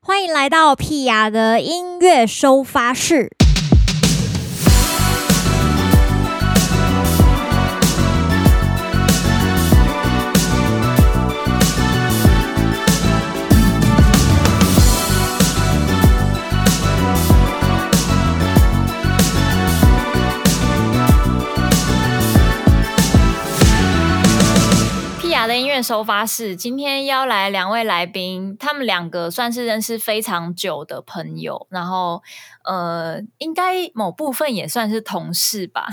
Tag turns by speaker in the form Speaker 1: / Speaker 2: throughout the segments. Speaker 1: 欢迎来到屁雅的音乐收发室。
Speaker 2: 屁雅的音乐收发室，今天邀来两位来宾，他们两个算是认识非常久的朋友，然后呃，应该某部分也算是同事吧。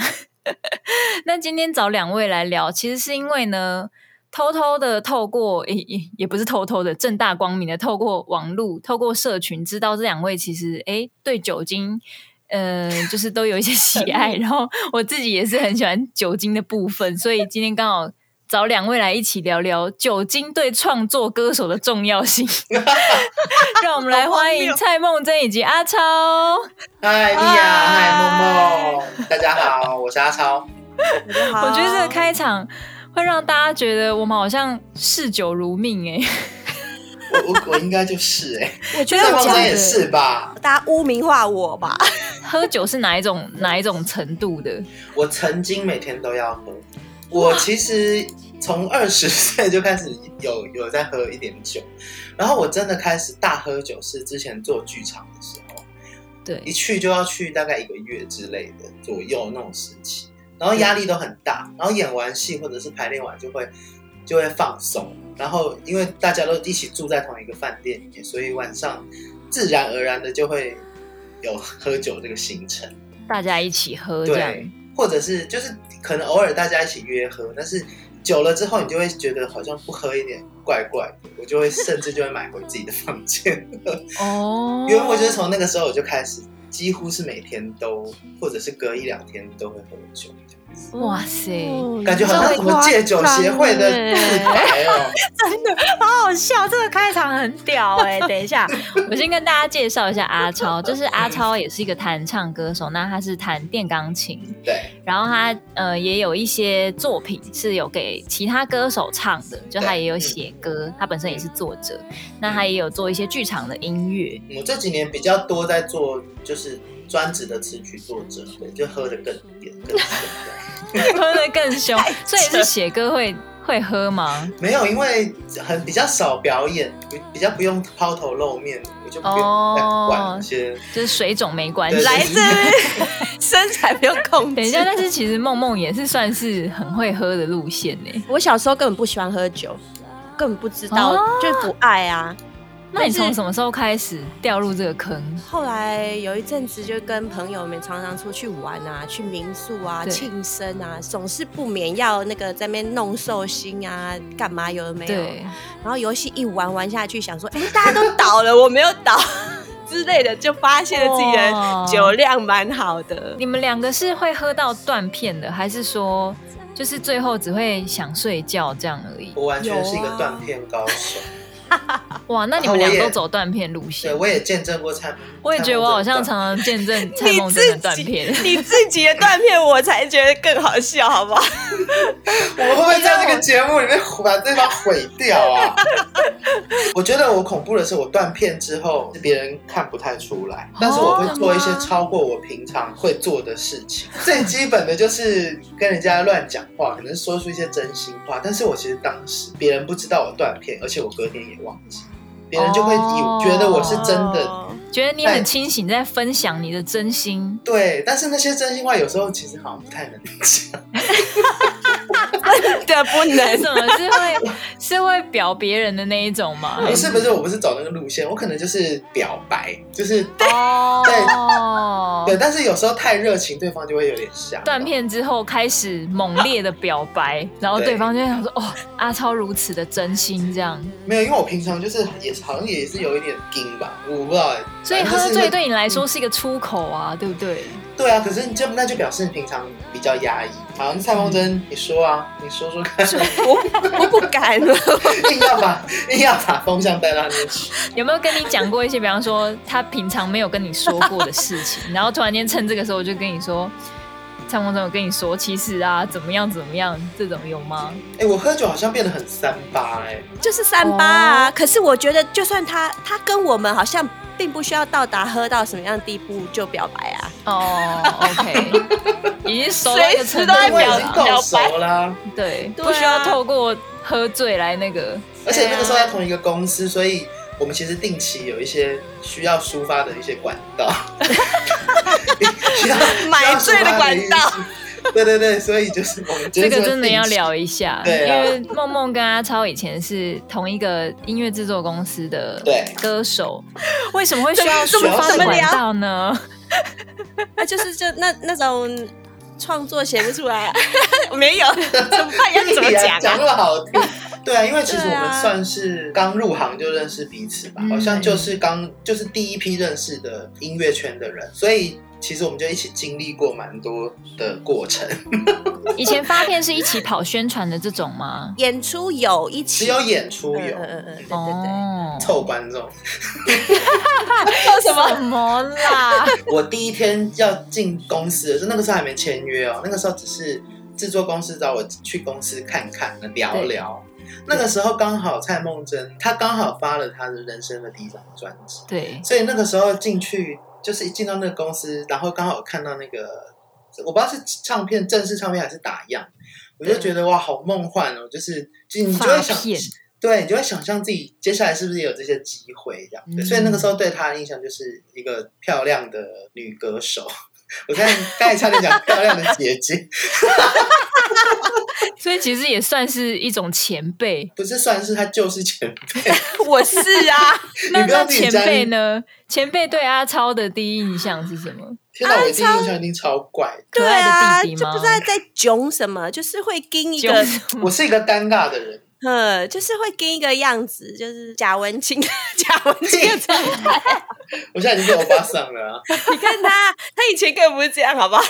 Speaker 2: 那今天找两位来聊，其实是因为呢，偷偷的透过也也也不是偷偷的，正大光明的透过网络、透过社群，知道这两位其实诶对酒精。呃，就是都有一些喜爱，然后我自己也是很喜欢酒精的部分，所以今天刚好找两位来一起聊聊酒精对创作歌手的重要 性。让我们来欢迎蔡梦真以及阿超。
Speaker 3: 嗨，莉亚，嗨，梦梦，大家好，我是阿超。
Speaker 2: 我
Speaker 4: 我
Speaker 2: 觉得这个开场会让大家觉得我们好像嗜酒如命哎、
Speaker 3: 我我我应该就是哎、
Speaker 4: 我觉
Speaker 3: 欸， 蔡
Speaker 4: 得
Speaker 3: 梦
Speaker 4: 讲
Speaker 3: 真也是吧？
Speaker 4: 大家污名化我吧，
Speaker 2: 喝酒是哪一种哪一种程度的？
Speaker 3: 我曾经每天都要喝，我其实从二十 岁就开始有有在喝一点酒，然后我真的开始大喝酒是之前做剧场的时候，
Speaker 2: 对
Speaker 3: 一，去就要去大概一个月之类的左右那种时期，然后压力都很大，然后演完戏或者是排练完就会就会放松，然后因为大家都一起住在同一个饭店里面，所以晚上自然而然的就会有喝酒这个行程，
Speaker 2: 大家一起喝这样
Speaker 3: 对，或者是就是可能偶尔大家一起约喝，但是久了之后你就会觉得好像不喝一点怪怪的，我就会甚至就会买回自己的房间。
Speaker 2: 哦。
Speaker 3: 因为我就是从那个时候我就开始，几乎是每天都，或者是隔一两天都会喝酒，
Speaker 2: 哇塞，
Speaker 4: 嗯
Speaker 3: 感觉好像什么戒酒协会的自白哦。
Speaker 2: 真的好好笑，这个开场很屌 哎、等一下，我先跟大家介绍一下阿超，就是阿超也是一个弹唱歌手，那他是弹电钢琴，
Speaker 3: 对，
Speaker 2: 然后他呃也有一些作品是有给其他歌手唱的，就他也有写歌，他本身也是作者，那他也有做一些剧场的音乐。
Speaker 3: 我这几年比较多在做，就是专职的词曲作者，对，就喝的更点更深。对
Speaker 2: 喝的更凶，所以是写歌会会喝吗？
Speaker 3: 没有，因为很比较少表演，比比较不用抛头露面，我就不用再
Speaker 2: 哦
Speaker 3: 管一些。
Speaker 2: 就是水肿没关
Speaker 3: 对
Speaker 2: 系。
Speaker 3: 对
Speaker 4: 来哎这身材不用控制。
Speaker 2: 等一下，，但是其实梦梦也是算是很会喝的路线呢。
Speaker 4: 我小时候根本不喜欢喝酒，根本不知道，
Speaker 2: 哦
Speaker 4: 就不爱啊。
Speaker 2: 那你
Speaker 4: 但
Speaker 2: 从
Speaker 4: 是
Speaker 2: 什么时候开始掉入这个坑？
Speaker 4: 后来有一阵子就跟朋友们常常出去玩啊，去民宿啊、
Speaker 2: 对
Speaker 4: 庆生啊，总是不免要那个在那边弄寿星啊，干嘛有的没有。
Speaker 2: 对，
Speaker 4: 然后游戏一玩玩下去，想说，哎、大家都倒了，我没有倒之类的，就发现了自己的
Speaker 2: 哇
Speaker 4: 酒量蛮好的。
Speaker 2: 你们两个是会喝到断片的，还是说就是最后只会想睡觉这样而已？
Speaker 3: 我完全是一个断片高手，
Speaker 2: 哇，那你们
Speaker 3: 啊然后我
Speaker 2: 俩
Speaker 3: 也
Speaker 2: 都走断片路
Speaker 3: 对
Speaker 2: 线。
Speaker 3: 我也见证过蔡，
Speaker 2: 哦我也觉得我好像
Speaker 3: 蔡
Speaker 2: 常常见 证蔡
Speaker 4: 你
Speaker 2: 梦真
Speaker 4: 自
Speaker 2: 的断
Speaker 4: 己
Speaker 2: 片，
Speaker 4: 你自己的断片，我才觉得更好笑，好不好？
Speaker 3: 我们会不会在这个节目里面把对方毁掉 啊？我觉得我恐怖的是，我断片之后，别人看不太出来，但是我会做一些超过我平常会做的事情。最基本的就是跟人家乱讲话，可能说出一些真心话，但是我其实当时别人不知道我断片，而且我隔天也忘记，别人就会
Speaker 2: 哦
Speaker 3: 以觉得我是真的。
Speaker 4: 哦
Speaker 2: 觉得你
Speaker 3: 哎
Speaker 2: 很清醒，在分享你的真心。
Speaker 3: 对，但是那些真心话有时候其实好像不太能讲，
Speaker 4: 真的不
Speaker 2: 为
Speaker 4: 能。
Speaker 2: 什么是会是会表别人的那一种吗？
Speaker 3: 不是不是，我不是走那个路线，我可能就是表白，就是
Speaker 2: 哦，
Speaker 3: 对，但是有时候太热情，对方就会有点吓到。
Speaker 2: 断片之后开始猛烈的表白，然后对方就会想说：“哦，阿超如此的真心这样。
Speaker 3: 没有，因为我平常就是也好像也是有一点硬吧，我不知道欸”。
Speaker 2: 所以
Speaker 3: 反正
Speaker 2: 喝
Speaker 3: 就是嗯
Speaker 2: 醉
Speaker 3: 会
Speaker 2: 对你来说是一个出口啊，对不对？
Speaker 3: 对啊，可是你这那就表示你平常比较压抑。好，蔡梦
Speaker 2: 嗯
Speaker 3: 真，你说啊，你说说看，
Speaker 4: 我我不 敢了，
Speaker 3: 硬要把硬要把风向带到那边去。
Speaker 2: 有没有跟你讲过一些，比方 说他平常没有跟你说过的事情，然后突然间趁这个时候就跟你说：“蔡梦总有跟你说，其实啊，怎么样怎么样，这种有吗？
Speaker 3: 哎，我喝酒好像变得很三八哎，
Speaker 4: 就是三八啊。可是我觉得，就算他他跟我们好像并不需要到达喝到什么样的地步就表白啊。
Speaker 2: 哦，OK，已 经熟了一个程度
Speaker 4: 随时
Speaker 3: 因
Speaker 4: 都
Speaker 3: 为
Speaker 4: 表
Speaker 3: 已
Speaker 2: 了
Speaker 3: 经
Speaker 4: 在，
Speaker 3: 够熟啦。
Speaker 2: 对，
Speaker 4: 对啊
Speaker 2: 不需要透过喝醉来那个。
Speaker 3: 而且那个时候
Speaker 4: 啊
Speaker 3: 在同一个公司，所以我们其实定期有一些需要抒发的一些管 道，需要
Speaker 4: 买醉的管道。
Speaker 3: 对对对，所以就是我们
Speaker 2: 这个真的要聊
Speaker 3: 一
Speaker 2: 一下，
Speaker 3: 对啊
Speaker 2: 因为梦梦跟阿超以前是同一个音乐制作公司的
Speaker 3: 对
Speaker 2: 歌手，为什么会需要
Speaker 4: 怎
Speaker 2: 抒
Speaker 3: 么
Speaker 2: 发
Speaker 3: 怎
Speaker 2: 的
Speaker 3: 么
Speaker 2: 管
Speaker 4: 聊
Speaker 2: 道呢？
Speaker 4: 啊，就是就那那种创作写不出来、啊， 没有，怎么办？要怎么讲
Speaker 3: 哎讲
Speaker 4: 啊？
Speaker 3: 那么好听。对啊，因为其实
Speaker 4: 对
Speaker 3: 我
Speaker 4: 啊
Speaker 3: 们算是刚入行就认识彼此吧，
Speaker 2: 嗯
Speaker 3: 好像就是刚就是第一批认识的音乐圈的人，所以其实我们就一起经历过蛮多的过程，
Speaker 2: 以前发片是一起跑宣传的这种吗？
Speaker 4: 演出有一起，
Speaker 3: 只有演出
Speaker 4: 嗯
Speaker 3: 有
Speaker 4: 嗯嗯嗯，对对对，
Speaker 2: 哦，
Speaker 3: 凑观众。
Speaker 4: 有什
Speaker 2: 什？么啦？
Speaker 3: 我第一天要进公司的时候，那个时候还没签约哦，那个时候只是制作公司找我去公司看看、聊聊。那个时候刚好蔡梦真，她刚好发了她的人生的第一张专辑，
Speaker 2: 对，
Speaker 3: 所以那个时候进去就是一进到那个公司，然后刚好看到那个我不知道是唱片正式唱片还是打样，我就觉得哇，好梦幻哦！就是就你就
Speaker 2: 发
Speaker 3: 会想，
Speaker 2: 片
Speaker 3: 对，你就会想象自己接下来是不是也有这些机会这样。对
Speaker 2: 嗯
Speaker 3: 所以那个时候对她的印象就是一个漂亮的女歌手。 我刚才刚才差点讲漂亮的姐姐，
Speaker 2: 所以其实也算是一种前辈。
Speaker 3: 不是算是她就是前辈，
Speaker 4: 我是啊，
Speaker 2: 那
Speaker 3: 你不要
Speaker 2: 那
Speaker 3: 自己
Speaker 2: 前
Speaker 3: 加
Speaker 2: 辈
Speaker 3: 印。
Speaker 2: 呢？前辈对阿超的第一印象是什么？
Speaker 3: 天哪，我第一印象一定超怪的。
Speaker 2: 可
Speaker 4: 对
Speaker 2: 爱
Speaker 4: 啊，
Speaker 2: 的弟弟
Speaker 4: 就
Speaker 2: 吗
Speaker 4: 不知道在囧什么，就是会跟一
Speaker 2: 就
Speaker 4: 个，
Speaker 3: 我是一个尴尬 的人，
Speaker 4: 呃，就是会跟一个样子，就是贾文清， 贾文清的状态。
Speaker 3: 我现在已经被我巴上了、啊。
Speaker 4: 你看他， 他以前根本不是这样，好不好？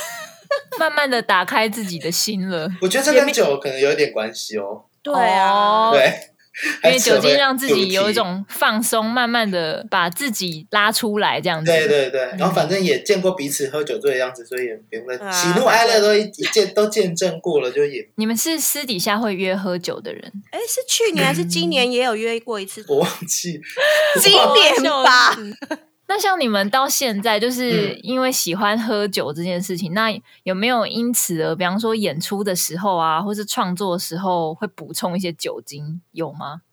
Speaker 2: 慢慢的打开自己的心了，
Speaker 3: 我觉得这跟酒可能有点关系哦。
Speaker 4: 对啊，
Speaker 2: 哦
Speaker 3: 对，
Speaker 2: 因
Speaker 3: 还
Speaker 2: 为
Speaker 3: 扯
Speaker 2: 酒
Speaker 3: 回
Speaker 2: 精让自
Speaker 3: 主
Speaker 2: 己
Speaker 3: 题
Speaker 2: 有一种放松，慢慢的把自己拉出来，这样子。
Speaker 3: 对对对，
Speaker 2: 嗯
Speaker 3: 然后反正也见过彼此喝酒醉的样子，所以也不用再、
Speaker 4: 啊
Speaker 3: 喜怒哀乐都一一见都见证过了，就也
Speaker 2: 你们是私底下会约喝酒的人，
Speaker 4: 哎，是去年还是今年也有约过一 次？
Speaker 3: 我忘记。
Speaker 4: 今年吧，
Speaker 2: 那像你们到现在，
Speaker 4: 嗯
Speaker 2: 就是因为喜欢喝酒这件事情，那有没有因此而，比方说演出的时候啊，或是创作的时候，会补充一些酒精，有吗？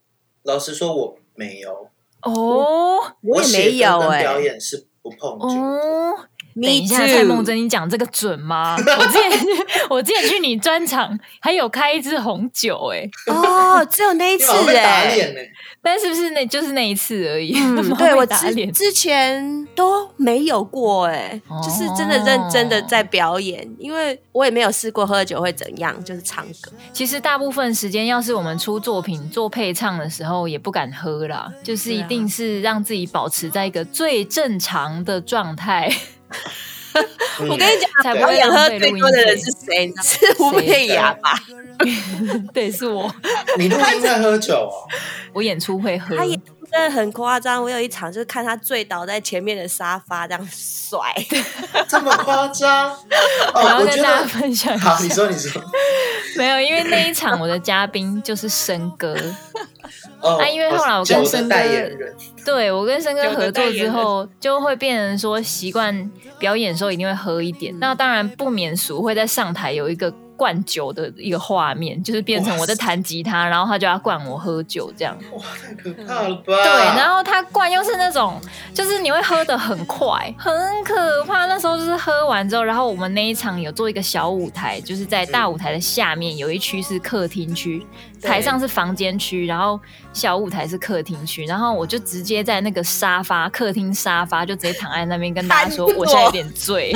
Speaker 3: 老实说，我没有，
Speaker 2: 哦
Speaker 4: 我也
Speaker 3: 写
Speaker 4: 没有
Speaker 3: 歌跟
Speaker 4: 哎、
Speaker 3: 表演是不碰酒。
Speaker 2: 欸哦，等
Speaker 4: Me
Speaker 2: 一下，蔡
Speaker 4: too
Speaker 2: 梦真，你讲这个准 吗？我之前我之前去你专场，还有开一支红酒、哎，
Speaker 4: 哦，只有 那一
Speaker 3: 你
Speaker 4: 次
Speaker 3: 马上被打
Speaker 4: 哎、
Speaker 3: 脸呢、
Speaker 2: 但是不是那就是那一次而已？
Speaker 4: 嗯，
Speaker 2: 忙
Speaker 4: 对
Speaker 2: 被
Speaker 4: 我
Speaker 2: 打
Speaker 4: 之
Speaker 2: 脸，
Speaker 4: 之前都没有过哎、
Speaker 2: 哦
Speaker 4: 就是真的认真的在表演，因为我也没有试过喝酒会怎样，就是唱歌。
Speaker 2: 其实大部分时间，要是我们出作品做配唱的时候，也不敢喝啦，就是
Speaker 4: 啊
Speaker 2: 一定是让自己保持在一个最正常的状态，
Speaker 3: 嗯
Speaker 2: 欸
Speaker 4: 我跟你讲，
Speaker 2: 才不
Speaker 4: 表
Speaker 2: 会
Speaker 4: 演喝
Speaker 2: 浪费
Speaker 4: 最
Speaker 2: 录音
Speaker 4: 多的人
Speaker 2: 费
Speaker 4: 是。谁？ 是吴佩雅吧？
Speaker 2: 对，是我，
Speaker 3: 你录音在喝酒哦，
Speaker 2: 我演出会喝
Speaker 4: 他。也真的很夸张，我有一场就是看他醉倒在前面的沙发这样 甩，
Speaker 3: 这么夸 张？
Speaker 2: 我
Speaker 3: 哦，
Speaker 2: 要
Speaker 3: 我
Speaker 2: 跟
Speaker 3: 觉
Speaker 2: 大家
Speaker 3: 得
Speaker 2: 分享一下
Speaker 3: 好，，你说你说，
Speaker 2: 没有，因为那一场我的嘉宾就是生哥，
Speaker 3: 哦，
Speaker 2: 啊因为后来我跟
Speaker 3: 酒
Speaker 2: 森
Speaker 3: 的
Speaker 2: 哥
Speaker 3: 代言人，
Speaker 2: 对我跟生哥
Speaker 4: 有个
Speaker 2: 合
Speaker 4: 代
Speaker 2: 作
Speaker 4: 言
Speaker 2: 之
Speaker 4: 人
Speaker 2: 后，就会变成说习惯表演的时候一定会喝一
Speaker 4: 嗯
Speaker 2: 点。那当然不免俗，会在上台有一个灌酒的一个画面，就是变成
Speaker 3: 哇
Speaker 2: 我在
Speaker 3: 塞
Speaker 2: 弹吉他，然后他就要灌我喝酒这样。
Speaker 3: 哇，太可怕了吧？
Speaker 2: 嗯对，然后他灌又是那种，就是你会喝的很快，很可怕。那时候就是喝完之后，然后我们那一场有做一个小舞台，就是在大舞台的下面有一区是客厅区，
Speaker 3: 对
Speaker 2: 台上是房间区，然后小舞台是客厅区。然后我就直接在那个沙发，客厅沙发就直接躺在那边跟大家说，
Speaker 4: 瘫坐
Speaker 2: 我现在有点醉。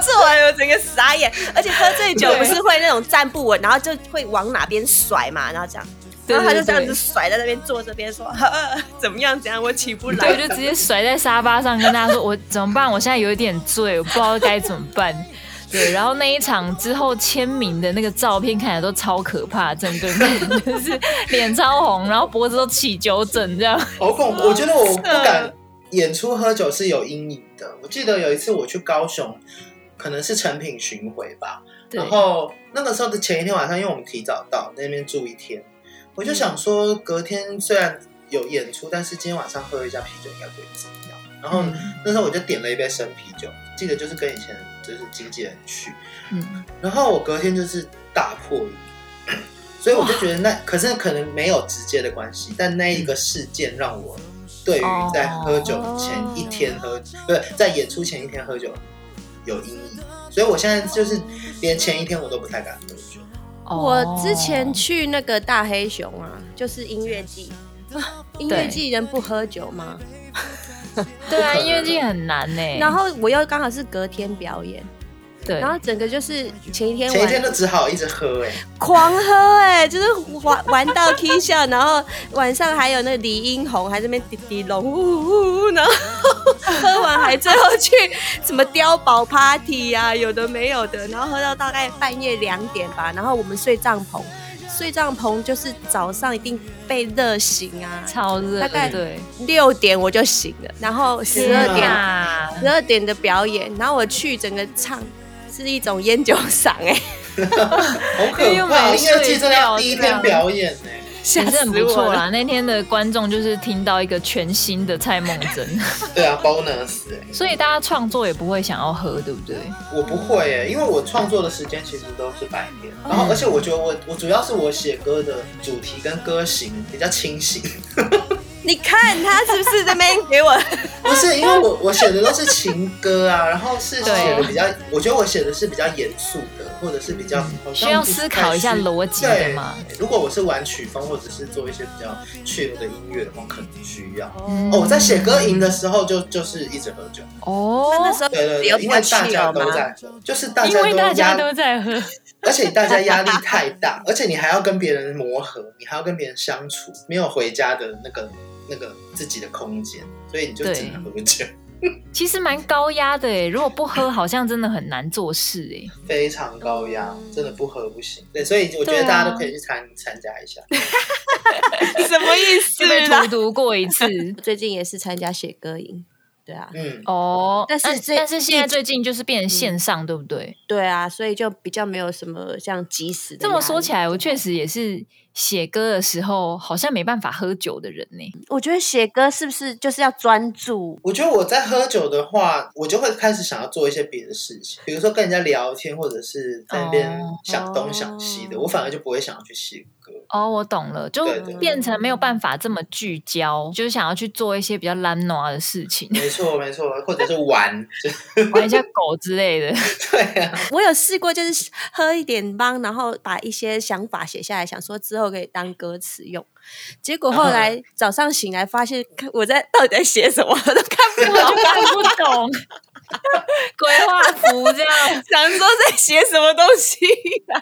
Speaker 4: 坐完我整个傻眼，而且喝醉酒
Speaker 2: 对
Speaker 4: 不是会那种站不稳，然后就会往哪边甩嘛，然后这样。
Speaker 2: 对
Speaker 4: 然后他就
Speaker 2: 对
Speaker 4: 这
Speaker 2: 对
Speaker 4: 样子甩在那边坐这边说 呵呵怎么样怎样我起不
Speaker 2: 对，我
Speaker 4: 来，
Speaker 2: 就直接甩在沙发上，跟大家说：“我怎么办？我现在有一点醉，我不知道该怎么办。”对，然后那一场之后签名的那个照片看起来都超可怕，整个人 就是脸超红，然后脖子都起酒疹这样。
Speaker 3: 好恐怖！我觉得我不敢演出喝酒是有阴影的。我记得有一次我去高雄，可能是成品巡回吧。
Speaker 2: 对
Speaker 3: 然后那个时候的前一天晚上，因为我们提早到那边住一天，我就想说，隔天虽然有演出，但是今天晚上喝一下啤酒应该不会怎么样。然后
Speaker 4: 嗯
Speaker 3: 那时候我就点了一杯生啤酒，记得就是跟以前就是经纪人去，
Speaker 2: 嗯，
Speaker 3: 然后我隔天就是大破音，所以我就觉得那可是可能没有直接的关系，但
Speaker 2: 嗯
Speaker 3: 那一个事件让我对于在
Speaker 2: 哦
Speaker 3: 喝酒前一天喝，不是在演出前一天喝酒有阴影，所以我现在就是连前一天我都不太敢喝酒。
Speaker 4: 我之前
Speaker 2: 哦
Speaker 4: 去那个大黑熊啊，就是音乐季， 啊音乐
Speaker 2: 对
Speaker 4: 季人不喝酒吗？
Speaker 2: 对啊，
Speaker 3: 不可能
Speaker 2: 音乐季很难呢。
Speaker 4: 然后我又刚好是隔天表演，
Speaker 2: 对，
Speaker 4: 然后整个就是前一天
Speaker 3: 前一天
Speaker 4: 晚
Speaker 3: 都只好一直喝、哎，
Speaker 4: 狂喝哎、就是玩玩到 K 笑，然后晚上还有那李英红还在那边滴滴龙，呜呜呜，然后喝完还最后去什么碉堡 party 呀、啊，有的没有的，然后喝到大概半夜两点吧，然后我们睡帐篷，睡帐篷就是早上一定被热醒啊，
Speaker 2: 超热，
Speaker 4: 大概
Speaker 2: 对，
Speaker 4: 六点我就醒了，然后十二
Speaker 3: 天
Speaker 4: 点
Speaker 2: 啊
Speaker 4: 十二点的表演，然后我去整个唱是一种烟酒嗓哎、
Speaker 3: 好可
Speaker 2: 因为
Speaker 3: 怕！
Speaker 2: 没
Speaker 3: 音乐
Speaker 2: 睡
Speaker 3: 季真的要第一
Speaker 2: 觉这
Speaker 3: 天
Speaker 2: 样
Speaker 3: 表演欸呢、
Speaker 4: 吓
Speaker 2: 也是
Speaker 4: 死
Speaker 2: 很不
Speaker 4: 我
Speaker 2: 错
Speaker 4: 了。
Speaker 2: 啦。那天的观众就是听到一个全新的蔡梦真，
Speaker 3: 对啊，bonus 哎、
Speaker 2: 所以大家创作也不会想要喝，对不对？
Speaker 3: 我不会耶，
Speaker 2: 嗯
Speaker 3: 因为我创作的时间其实都是白天，然后而且我觉得我我主要是我写歌的主题跟歌型比较 清醒，
Speaker 4: 你看他是不是在那边给我？
Speaker 3: 不是因为我我写的都是情歌啊， 然后是写的比较，我觉得我写的是比较严肃的，或者是比较好
Speaker 2: 嗯
Speaker 3: 像
Speaker 2: 需要思考一下逻辑的嘛
Speaker 3: 对如果我是玩曲风或者是做一些比较 chill 的音乐的话，可能需要。
Speaker 2: 嗯
Speaker 3: 哦，我在写歌营的时候就就是一直喝酒，
Speaker 2: 哦，
Speaker 4: 那时候
Speaker 3: 对对
Speaker 4: 有
Speaker 3: 对，因为大
Speaker 4: 有
Speaker 3: 家
Speaker 4: 吗
Speaker 3: 都？ 在喝，就是大
Speaker 2: 因
Speaker 3: 家
Speaker 2: 为
Speaker 3: 都
Speaker 2: 大家
Speaker 3: 压
Speaker 2: 都在喝，
Speaker 3: 而且大家压力太大，而且你还要跟别人磨合，你还要跟别人相处，没有回家的那个那个自己的空间，所以你就只能喝酒，
Speaker 2: 其实蛮高压的欸诶。如果不喝，好像真的很难做事欸诶。
Speaker 3: 非常高压，真的不喝不行。对，所以我觉
Speaker 2: 对
Speaker 3: 得
Speaker 2: 啊
Speaker 3: 大家都可以去参、参加一下。
Speaker 4: 什么意思
Speaker 2: 就被
Speaker 4: 啦
Speaker 2: 荼？毒过一次
Speaker 4: 最近也是参加写歌营，对啊，
Speaker 3: 嗯，
Speaker 2: 哦。
Speaker 4: 但是最嗯
Speaker 2: 但是现在最近就是变成线上，对不对？
Speaker 4: 对啊，所以就比较没有什么像及时的。
Speaker 2: 这么说起，来，我确实也是写歌的时候好像没办法喝酒的人欸呢。
Speaker 4: 我觉得写歌是不是就是要专注？
Speaker 3: 我觉得我在喝酒的话，我就会开始想要做一些别的事情，嗯比如说跟人家聊天，或者是在那边
Speaker 2: 哦
Speaker 3: 想东想西的，我反而就不会想要去写歌。
Speaker 2: 哦，我懂了，就
Speaker 3: 对对，
Speaker 2: 变成没有办法这么聚焦，就是想要去做一些比较懒惰的事情
Speaker 3: 没错，没错，或者是玩，就
Speaker 2: 玩一下狗之类 的。
Speaker 3: 对啊，
Speaker 4: 我有试过，就是喝一点帮，然后把一些想法写下来，想说之后可以当歌词用。结果后来
Speaker 3: 嗯
Speaker 4: 早上醒来，发现看我在到底在写什么， 我都看不
Speaker 2: 我就
Speaker 4: 懂，
Speaker 2: 看不懂 鬼画符这样。
Speaker 4: 想说在写什么东西、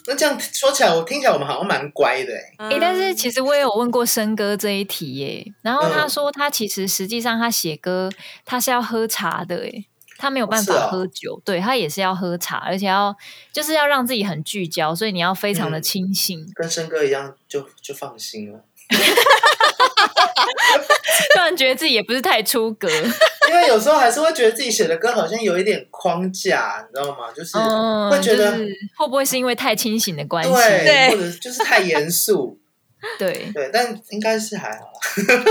Speaker 3: 那这样说起来，我听起来我们好像蛮乖的哎、
Speaker 2: 诶、但是其实我也有问过生哥这一题耶、然后
Speaker 3: 嗯
Speaker 2: 他说他其实实际上他写歌他是要喝茶的耶、他没有办
Speaker 3: 是
Speaker 2: 法
Speaker 3: 哦
Speaker 2: 喝酒，对他也是要喝茶，而且要就是要让自己很聚焦，所以你要非常的
Speaker 3: 嗯
Speaker 2: 清醒。
Speaker 3: 跟生哥一样，就就放心了。
Speaker 2: 突然觉得自己也不是太出 格，
Speaker 3: 因为有时候还是会觉得自己写的歌好像有一点框架，你知道吗？就是
Speaker 2: 嗯，
Speaker 3: 哦会觉得、
Speaker 2: 就是会不会是因为太清醒的关系？
Speaker 3: 对，
Speaker 4: 对
Speaker 3: 或者就是太严肃，
Speaker 2: 对
Speaker 3: 对，但应该是还好啦。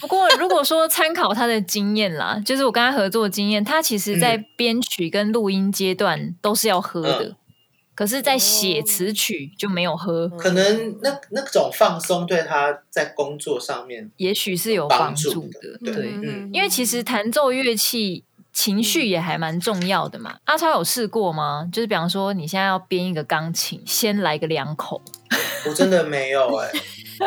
Speaker 2: 不过，如果说参考他的经验啦，就是我跟他合作的经验，他其实在编曲跟录音阶段都是要喝的，
Speaker 3: 嗯
Speaker 2: 可是，在写词曲就没有喝，
Speaker 3: 可能那那种放松对他在工作上面，
Speaker 2: 也许是有帮
Speaker 3: 帮
Speaker 2: 助
Speaker 3: 助
Speaker 2: 的。
Speaker 3: 对
Speaker 2: 对，
Speaker 3: 嗯
Speaker 2: 因为其实弹奏乐器情绪也还蛮重要的嘛。阿超有试过吗？就是比方说，你现在要编一个钢琴，先来个两口，
Speaker 3: 我真的没有哎、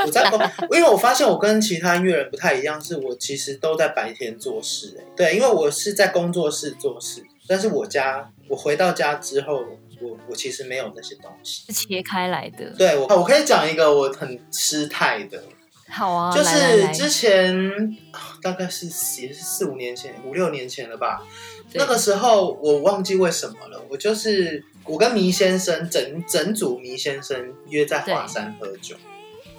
Speaker 3: 我在工，因为我发现我跟其他音乐人不太一样，是我其实都在白天做事、哎，对，因为我是在工作室做事，但是我家我回到家之后，我我其实没有那些东西。
Speaker 2: 是切开来的。
Speaker 3: 对我，我可以讲一个我很失态的，
Speaker 2: 好啊，
Speaker 3: 就
Speaker 2: 来
Speaker 3: 是
Speaker 2: 来来
Speaker 3: 之前啊大概是也是四五年前、五六年前了吧。
Speaker 2: 对
Speaker 3: 那个时候我忘记为什么了，我就是我跟迷先生整整组迷先生约在华山喝酒，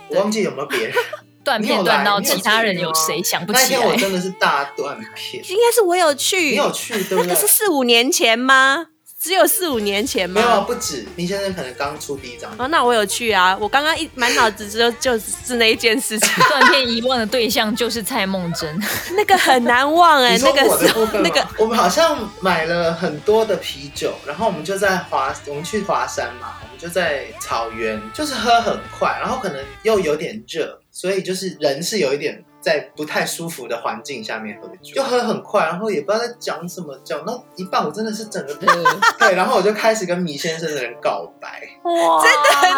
Speaker 3: 我
Speaker 2: 对
Speaker 3: 忘记有没有别人。
Speaker 2: 断
Speaker 3: 你
Speaker 2: 片
Speaker 3: 有
Speaker 2: 断
Speaker 3: 来
Speaker 2: 到
Speaker 3: 你有
Speaker 2: 其他
Speaker 3: 去
Speaker 2: 人
Speaker 3: 吗
Speaker 2: 有谁想 不
Speaker 3: 那
Speaker 2: 起
Speaker 3: 天我
Speaker 2: 来？
Speaker 3: 真的是大断片，
Speaker 4: 应该是我有去，
Speaker 3: 你有去对不对
Speaker 4: 那个？是四五年前吗？只有四五年前
Speaker 3: 没有啊
Speaker 4: 吗？
Speaker 3: 不止，林先生可能刚出第一张，
Speaker 4: 啊，那我有去啊！我刚刚一满脑子就就是那一件事 情，
Speaker 2: 断片遗忘的对象就是蔡梦真，
Speaker 4: 那个很难忘哎、
Speaker 3: 你说
Speaker 4: 那
Speaker 3: 我
Speaker 4: 个
Speaker 3: 的
Speaker 4: 是
Speaker 3: 部分吗
Speaker 4: 那个，
Speaker 3: 我们好像买了很多的啤酒，然后我们就在华，我们去华山嘛，我们就在草原，就是喝很快，然后可能又有点热，所以就是人是有一点在不太舒服的环境下面喝酒，就喝很快，然后也不知道在讲什么，讲到一半我真的是整个
Speaker 4: 嗯
Speaker 3: 对，然后我就开始跟米先生的人告白，
Speaker 2: 哇，真的很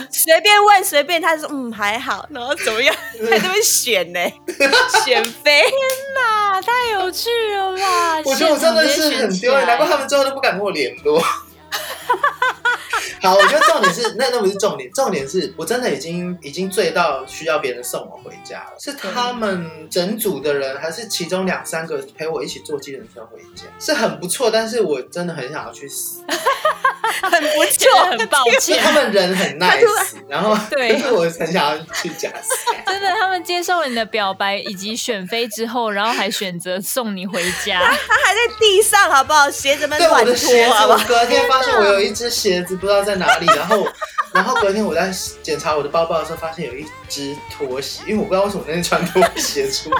Speaker 2: 扯。
Speaker 4: 随便问随便，他说嗯还好，然后怎么样？在那边选呢、 选妃，
Speaker 2: 啊，太有趣了吧！
Speaker 3: 我觉得我真的是很丢脸，难怪他们之后都不敢跟我联络。好，我觉得重点是那那不是重点，重点是我真的已经已经醉到需要别人送我回家了。是他们整组的人，还是其中两三个陪我一起坐计程车回家，是很不错。但是我真的很想要去死，
Speaker 4: 很不
Speaker 2: 就
Speaker 4: 错，
Speaker 2: 很抱
Speaker 3: 就
Speaker 2: 歉。
Speaker 3: 他们人很 nice，然后
Speaker 2: 对
Speaker 3: 但是 我很想要去假死。
Speaker 2: 真的，他们接受了你的表白以及选妃之后，然后还选择送你回 家。
Speaker 4: 他还在地上好不好？鞋子们
Speaker 3: 对我
Speaker 4: 乱
Speaker 3: 的鞋
Speaker 4: 脱
Speaker 3: 子，
Speaker 4: 好不
Speaker 3: 我
Speaker 4: 好？
Speaker 3: 隔天发现我有一只鞋子不知道在哪 里，然后然后隔天我在检查我的包包的时候，发现有一只拖鞋，因为我不知道为什么那天穿拖鞋出，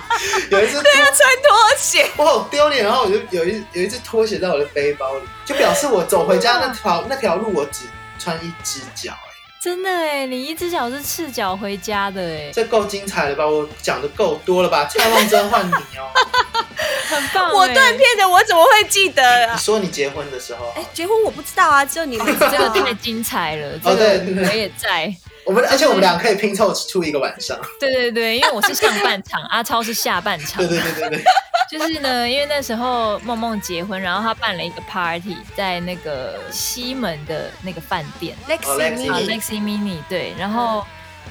Speaker 3: 有一只 拖，
Speaker 4: 他穿拖鞋，
Speaker 3: 我好丢脸，然后我就有一有一只拖鞋在我的背包里，就表示我走回家那条那条路我只穿一只脚、欸，
Speaker 2: 真的哎，你一只脚是赤脚回家的哎，
Speaker 3: 这够精彩了吧？我讲的够多了吧？蔡梦真换你 哦，
Speaker 2: 很棒欸。
Speaker 4: 我断片的，我怎么会记得
Speaker 3: 你
Speaker 4: 啊？
Speaker 3: 说你结婚的时候，
Speaker 4: 哎，结婚我不知道啊，只有 你们知
Speaker 2: 这个
Speaker 4: 道。
Speaker 2: 太精彩了， 这
Speaker 3: 哦对对
Speaker 2: 个
Speaker 3: 对
Speaker 2: 我也在。
Speaker 3: 我们而且我们俩可以拼凑出一个晚上，
Speaker 2: 对对对，因为我是上半场， 阿超是下半场
Speaker 3: 对。对对对对。
Speaker 2: 就是呢，因为那时候梦梦结婚，然后她办了一个 party，在那个西门的那个饭店，
Speaker 4: Lexi
Speaker 2: 啊
Speaker 3: Lexi
Speaker 4: Mini，嗯
Speaker 2: ，Lexi Mini 对，然后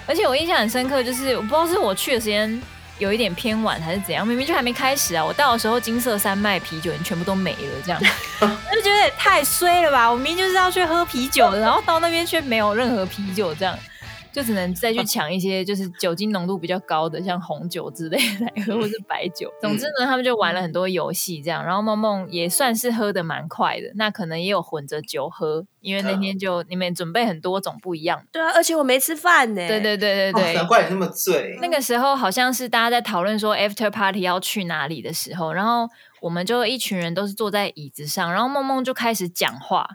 Speaker 2: 而且我印象很深刻，就是我不知道是我去的时间有一点偏晚还是怎样，明明就还没开始啊，我到的时候金色山脉啤酒已经全部都没了， 这样我就觉得也太衰了吧，我明明就是要去喝啤酒的，然后到那边却没有任何啤酒，这样。就只能再去抢一些就是酒精浓度比较高的，像红酒之类的来喝，或是白酒。总之呢，他们就玩了很多游戏，这样。然后梦梦也算是喝的蛮快的，那可能也有混着酒喝，因为那天就你们准备很多种不一样的。
Speaker 4: 对啊，而且我没吃饭欸呢。
Speaker 2: 对对对对对
Speaker 3: 哦难。怪你那么醉。
Speaker 2: 那个时候好像是大家在讨论说 after party 要去哪里的时候，然后我们就一群人都是坐在椅子上，然后梦梦就开始讲话，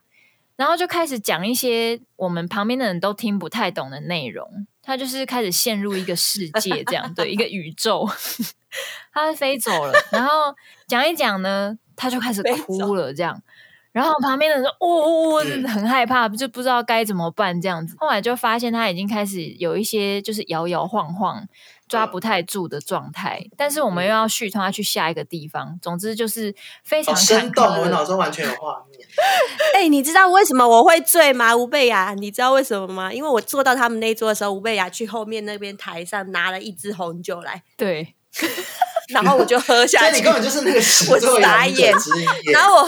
Speaker 2: 然后就开始讲一些我们旁边的人都听不太懂的内容，他就是开始陷入一个世界这样，对，一个宇宙， 他飞走了，然后讲一讲呢，他就开始哭了这样。然后旁边的人说：“哦哦哦，真的很害怕，就不知道该怎么办这样子。”后来就发现他已经开始有一些就是摇摇晃晃、抓不太住的状态，但是我们又要续通他去下一个地方。总之就是非常
Speaker 3: 好哦生动，
Speaker 2: 坎坷的
Speaker 3: 我脑中完全有画面。
Speaker 4: 哎、你知道为什么我会醉吗？吴贝雅，你知道为什么吗？因为我坐到他们那一桌的时候，吴贝雅去后面那边台上拿了一支红酒来，
Speaker 2: 对，
Speaker 4: 然后我就喝
Speaker 3: 所
Speaker 4: 下
Speaker 3: 以你
Speaker 4: 去
Speaker 3: 根。本就是那个始作
Speaker 4: 我傻
Speaker 3: 俑者
Speaker 4: 眼
Speaker 3: 之一。
Speaker 4: 然后 我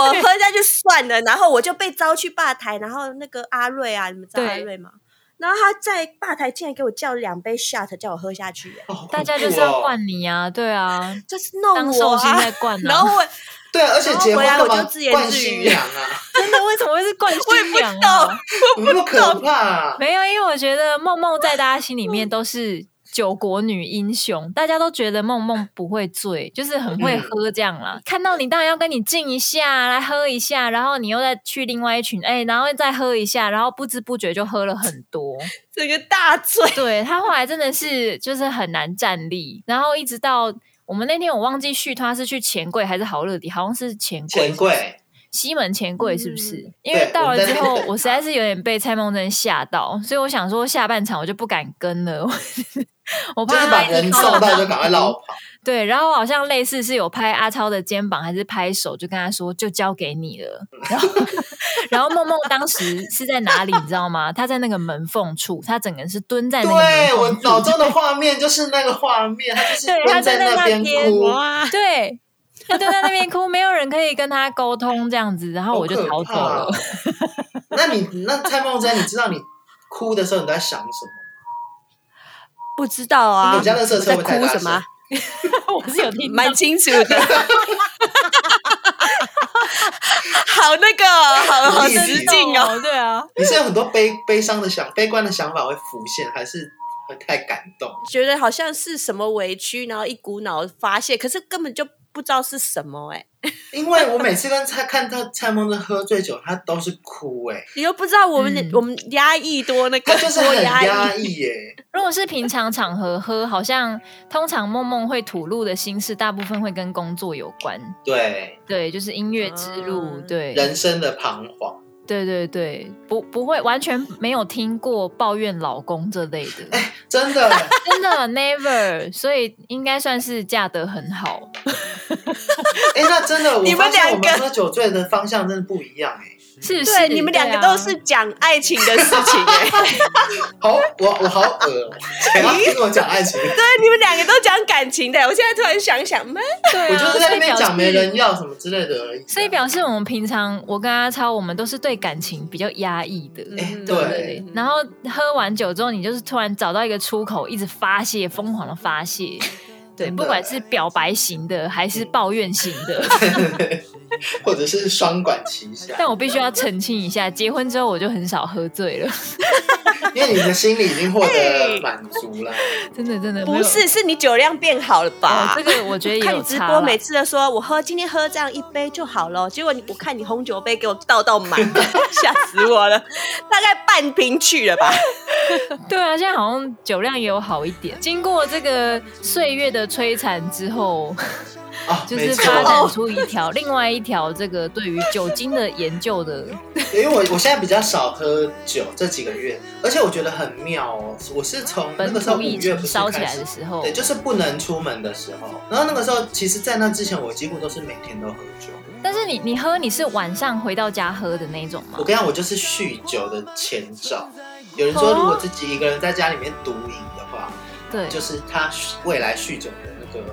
Speaker 4: 我喝下去算了，然后我就被招去吧台，然后那个阿瑞啊，你们知道
Speaker 2: 对
Speaker 4: 阿瑞吗？然后他在吧台竟然给我叫两杯 shot，叫我喝下去、哎
Speaker 3: 哦好恐怖
Speaker 2: 大家就是要
Speaker 3: 哦
Speaker 2: 灌你啊，对 啊，
Speaker 4: 就是弄
Speaker 2: 当
Speaker 4: 我
Speaker 2: 寿星
Speaker 4: 啊
Speaker 2: 在。灌
Speaker 4: 然
Speaker 2: 啊。
Speaker 4: 后我
Speaker 3: 对啊，而且结婚
Speaker 4: 然后
Speaker 3: 干
Speaker 4: 回来
Speaker 3: 嘛
Speaker 4: 我就自言
Speaker 3: 灌
Speaker 4: 自语
Speaker 3: 新娘啊？
Speaker 2: 真的为什么会是 灌新娘
Speaker 4: 我也不
Speaker 2: 啊？
Speaker 3: 那么可怕啊！
Speaker 2: 没有，因为我觉得梦梦在大家心里面都是九国女英雄，大家都觉得梦梦不会醉，就是很会喝这样啦。看到你当然要跟你敬一下，来喝一下，然后你又再去另外一群，哎、然后再喝一下，然后不知不觉就喝了很多。
Speaker 4: 整个大醉，
Speaker 2: 对他后来真的是就是很难站立，然后一直到我们那天我忘记续他是去钱柜还是好乐迪，好像是钱柜
Speaker 3: 钱柜，
Speaker 2: 西门钱柜是不是？
Speaker 4: 嗯
Speaker 2: 因为到了之
Speaker 3: 我
Speaker 2: 后
Speaker 3: 们在那，边
Speaker 2: 我实在是有点被蔡梦真吓到，所以我想说下半场我就 不敢跟了，我
Speaker 3: 就
Speaker 2: 怕
Speaker 3: 是
Speaker 2: 他
Speaker 3: 把
Speaker 2: 一
Speaker 3: 人
Speaker 2: 靠
Speaker 3: 送到就
Speaker 2: 上
Speaker 3: 赶快绕跑。
Speaker 2: 对，然后好像类似是有拍阿超的肩膀还是拍手，就跟他说就交给你了。然 后，然后梦梦当时是在哪里，你知道吗？她在那个门缝处，她整个人是蹲在那个门
Speaker 3: 对我
Speaker 2: 缝处
Speaker 3: 脑中的画面就是那个画面，他就是
Speaker 2: 对
Speaker 3: 蹲
Speaker 2: 他在
Speaker 3: 那
Speaker 2: 那
Speaker 3: 边
Speaker 2: 边
Speaker 3: 哭，
Speaker 4: 哇！
Speaker 2: 对，他就在那边哭，没有人可以跟他沟通这样子，然后我就逃
Speaker 3: 好可
Speaker 2: 走
Speaker 3: 怕
Speaker 2: 了
Speaker 3: 哦。。那你那蔡梦真，你知道你哭的时候你在想什么？
Speaker 4: 不知道
Speaker 3: 你
Speaker 4: 啊，
Speaker 3: 们家那色车
Speaker 4: 在
Speaker 3: 会太
Speaker 4: 哭
Speaker 3: 大
Speaker 4: 什
Speaker 3: 声
Speaker 4: 么？？啊
Speaker 3: 哦
Speaker 2: 我是有听到
Speaker 4: 蛮清楚的。好 好那个哦，好好
Speaker 3: 励志
Speaker 4: 实境哦。
Speaker 2: 对啊，
Speaker 3: 你是有很多悲悲伤的想、悲观的想法会浮现，还是会太感动？
Speaker 4: 觉得好像是什么委屈，然后一股脑发泄，可是根本就不知道是什么哎、
Speaker 3: 因为我每次跟蔡看到蔡梦真喝醉酒，他都是哭、欸，哎，
Speaker 4: 你又不知道我们、
Speaker 2: 嗯
Speaker 4: 我们压抑多那
Speaker 3: 他
Speaker 4: 个
Speaker 3: 就是
Speaker 4: 多
Speaker 3: 很
Speaker 4: 压
Speaker 3: 压
Speaker 4: 抑，
Speaker 3: 抑、欸，
Speaker 2: 如果是平常场合喝，好像通常梦梦会吐露的心事，大部分会跟工作有关。
Speaker 3: 对，
Speaker 2: 对，就是音乐之路，
Speaker 4: 嗯
Speaker 2: 对，
Speaker 3: 人生的彷徨。
Speaker 2: 对对对，不不会完全没有听过抱怨老公这类的，
Speaker 3: 真的，欸
Speaker 2: 真的 never，所以应该算是嫁得很好。
Speaker 3: 哎、那真 的，我
Speaker 4: 你们
Speaker 3: 发现我们
Speaker 4: 两个
Speaker 3: 喝酒醉的方向真的不一样、欸，
Speaker 2: 是，是
Speaker 4: 对，你们两
Speaker 2: 对
Speaker 4: 个
Speaker 2: 啊
Speaker 4: 都是讲爱情的事情哎、
Speaker 3: 好，我我好恶、哦，谁要听我讲爱情？
Speaker 2: 啊
Speaker 4: 对，你们两个都讲感情的、哎我现在突然想想，嗯，
Speaker 2: 对啊
Speaker 3: 我就是在那边讲没。
Speaker 2: 所以表示
Speaker 3: 人要什么之类的而已。啊
Speaker 2: 所以表示我们平常我跟阿超，我们都是对感情比较压抑的。
Speaker 3: 哎
Speaker 4: 嗯
Speaker 3: 对
Speaker 2: 对，然后喝完酒之后，你就是突然找到一个出口，一直发泄，疯狂的发泄。对，
Speaker 3: 真的
Speaker 2: 不管是表白型的还是抱怨型的，
Speaker 3: 或者是双管齐下，
Speaker 2: 但我必须要澄清一下，结婚之后我就很少喝醉了，
Speaker 3: 因为你的心里已经获得满足了。
Speaker 2: 真的真的没
Speaker 4: 不
Speaker 2: 有
Speaker 4: 是，是你酒量变好了
Speaker 2: 哦
Speaker 4: 吧？
Speaker 2: 这个我觉得也
Speaker 4: 看
Speaker 2: 有
Speaker 4: 你直
Speaker 2: 差
Speaker 4: 播
Speaker 2: 啦。
Speaker 4: 每次都说我喝今天喝这样一杯就好了，结果你我看你红酒杯给我倒到 满，吓死我了，大概半瓶去了吧。
Speaker 2: 对啊，现在好像酒量也有好一点。经过这个岁月的摧残之后，
Speaker 3: 啊，
Speaker 2: 就
Speaker 3: 没
Speaker 2: 是
Speaker 3: 错，
Speaker 2: 发展出一条另外一条这个对于酒精的研究的，
Speaker 3: 因为我我现在比较少喝酒，这几个月，而且我觉得很妙哦，我是从那
Speaker 2: 本
Speaker 3: 个时候
Speaker 2: 土
Speaker 3: 五
Speaker 2: 疫
Speaker 3: 月
Speaker 2: 情
Speaker 3: 不是
Speaker 2: 烧起
Speaker 3: 开
Speaker 2: 来
Speaker 3: 始
Speaker 2: 的，时候
Speaker 3: 对，，就是不能出门的时候，然后那个时候其实，在那之前我几乎都是每天都喝酒。
Speaker 2: 但是你你喝你是晚上回到家喝的那种吗
Speaker 3: 我？跟你讲，我就是酗酒的前兆。有人说，如果自己一个人在家里面独饮的话，
Speaker 2: 哦对，
Speaker 3: 就是他未来酗酒的那个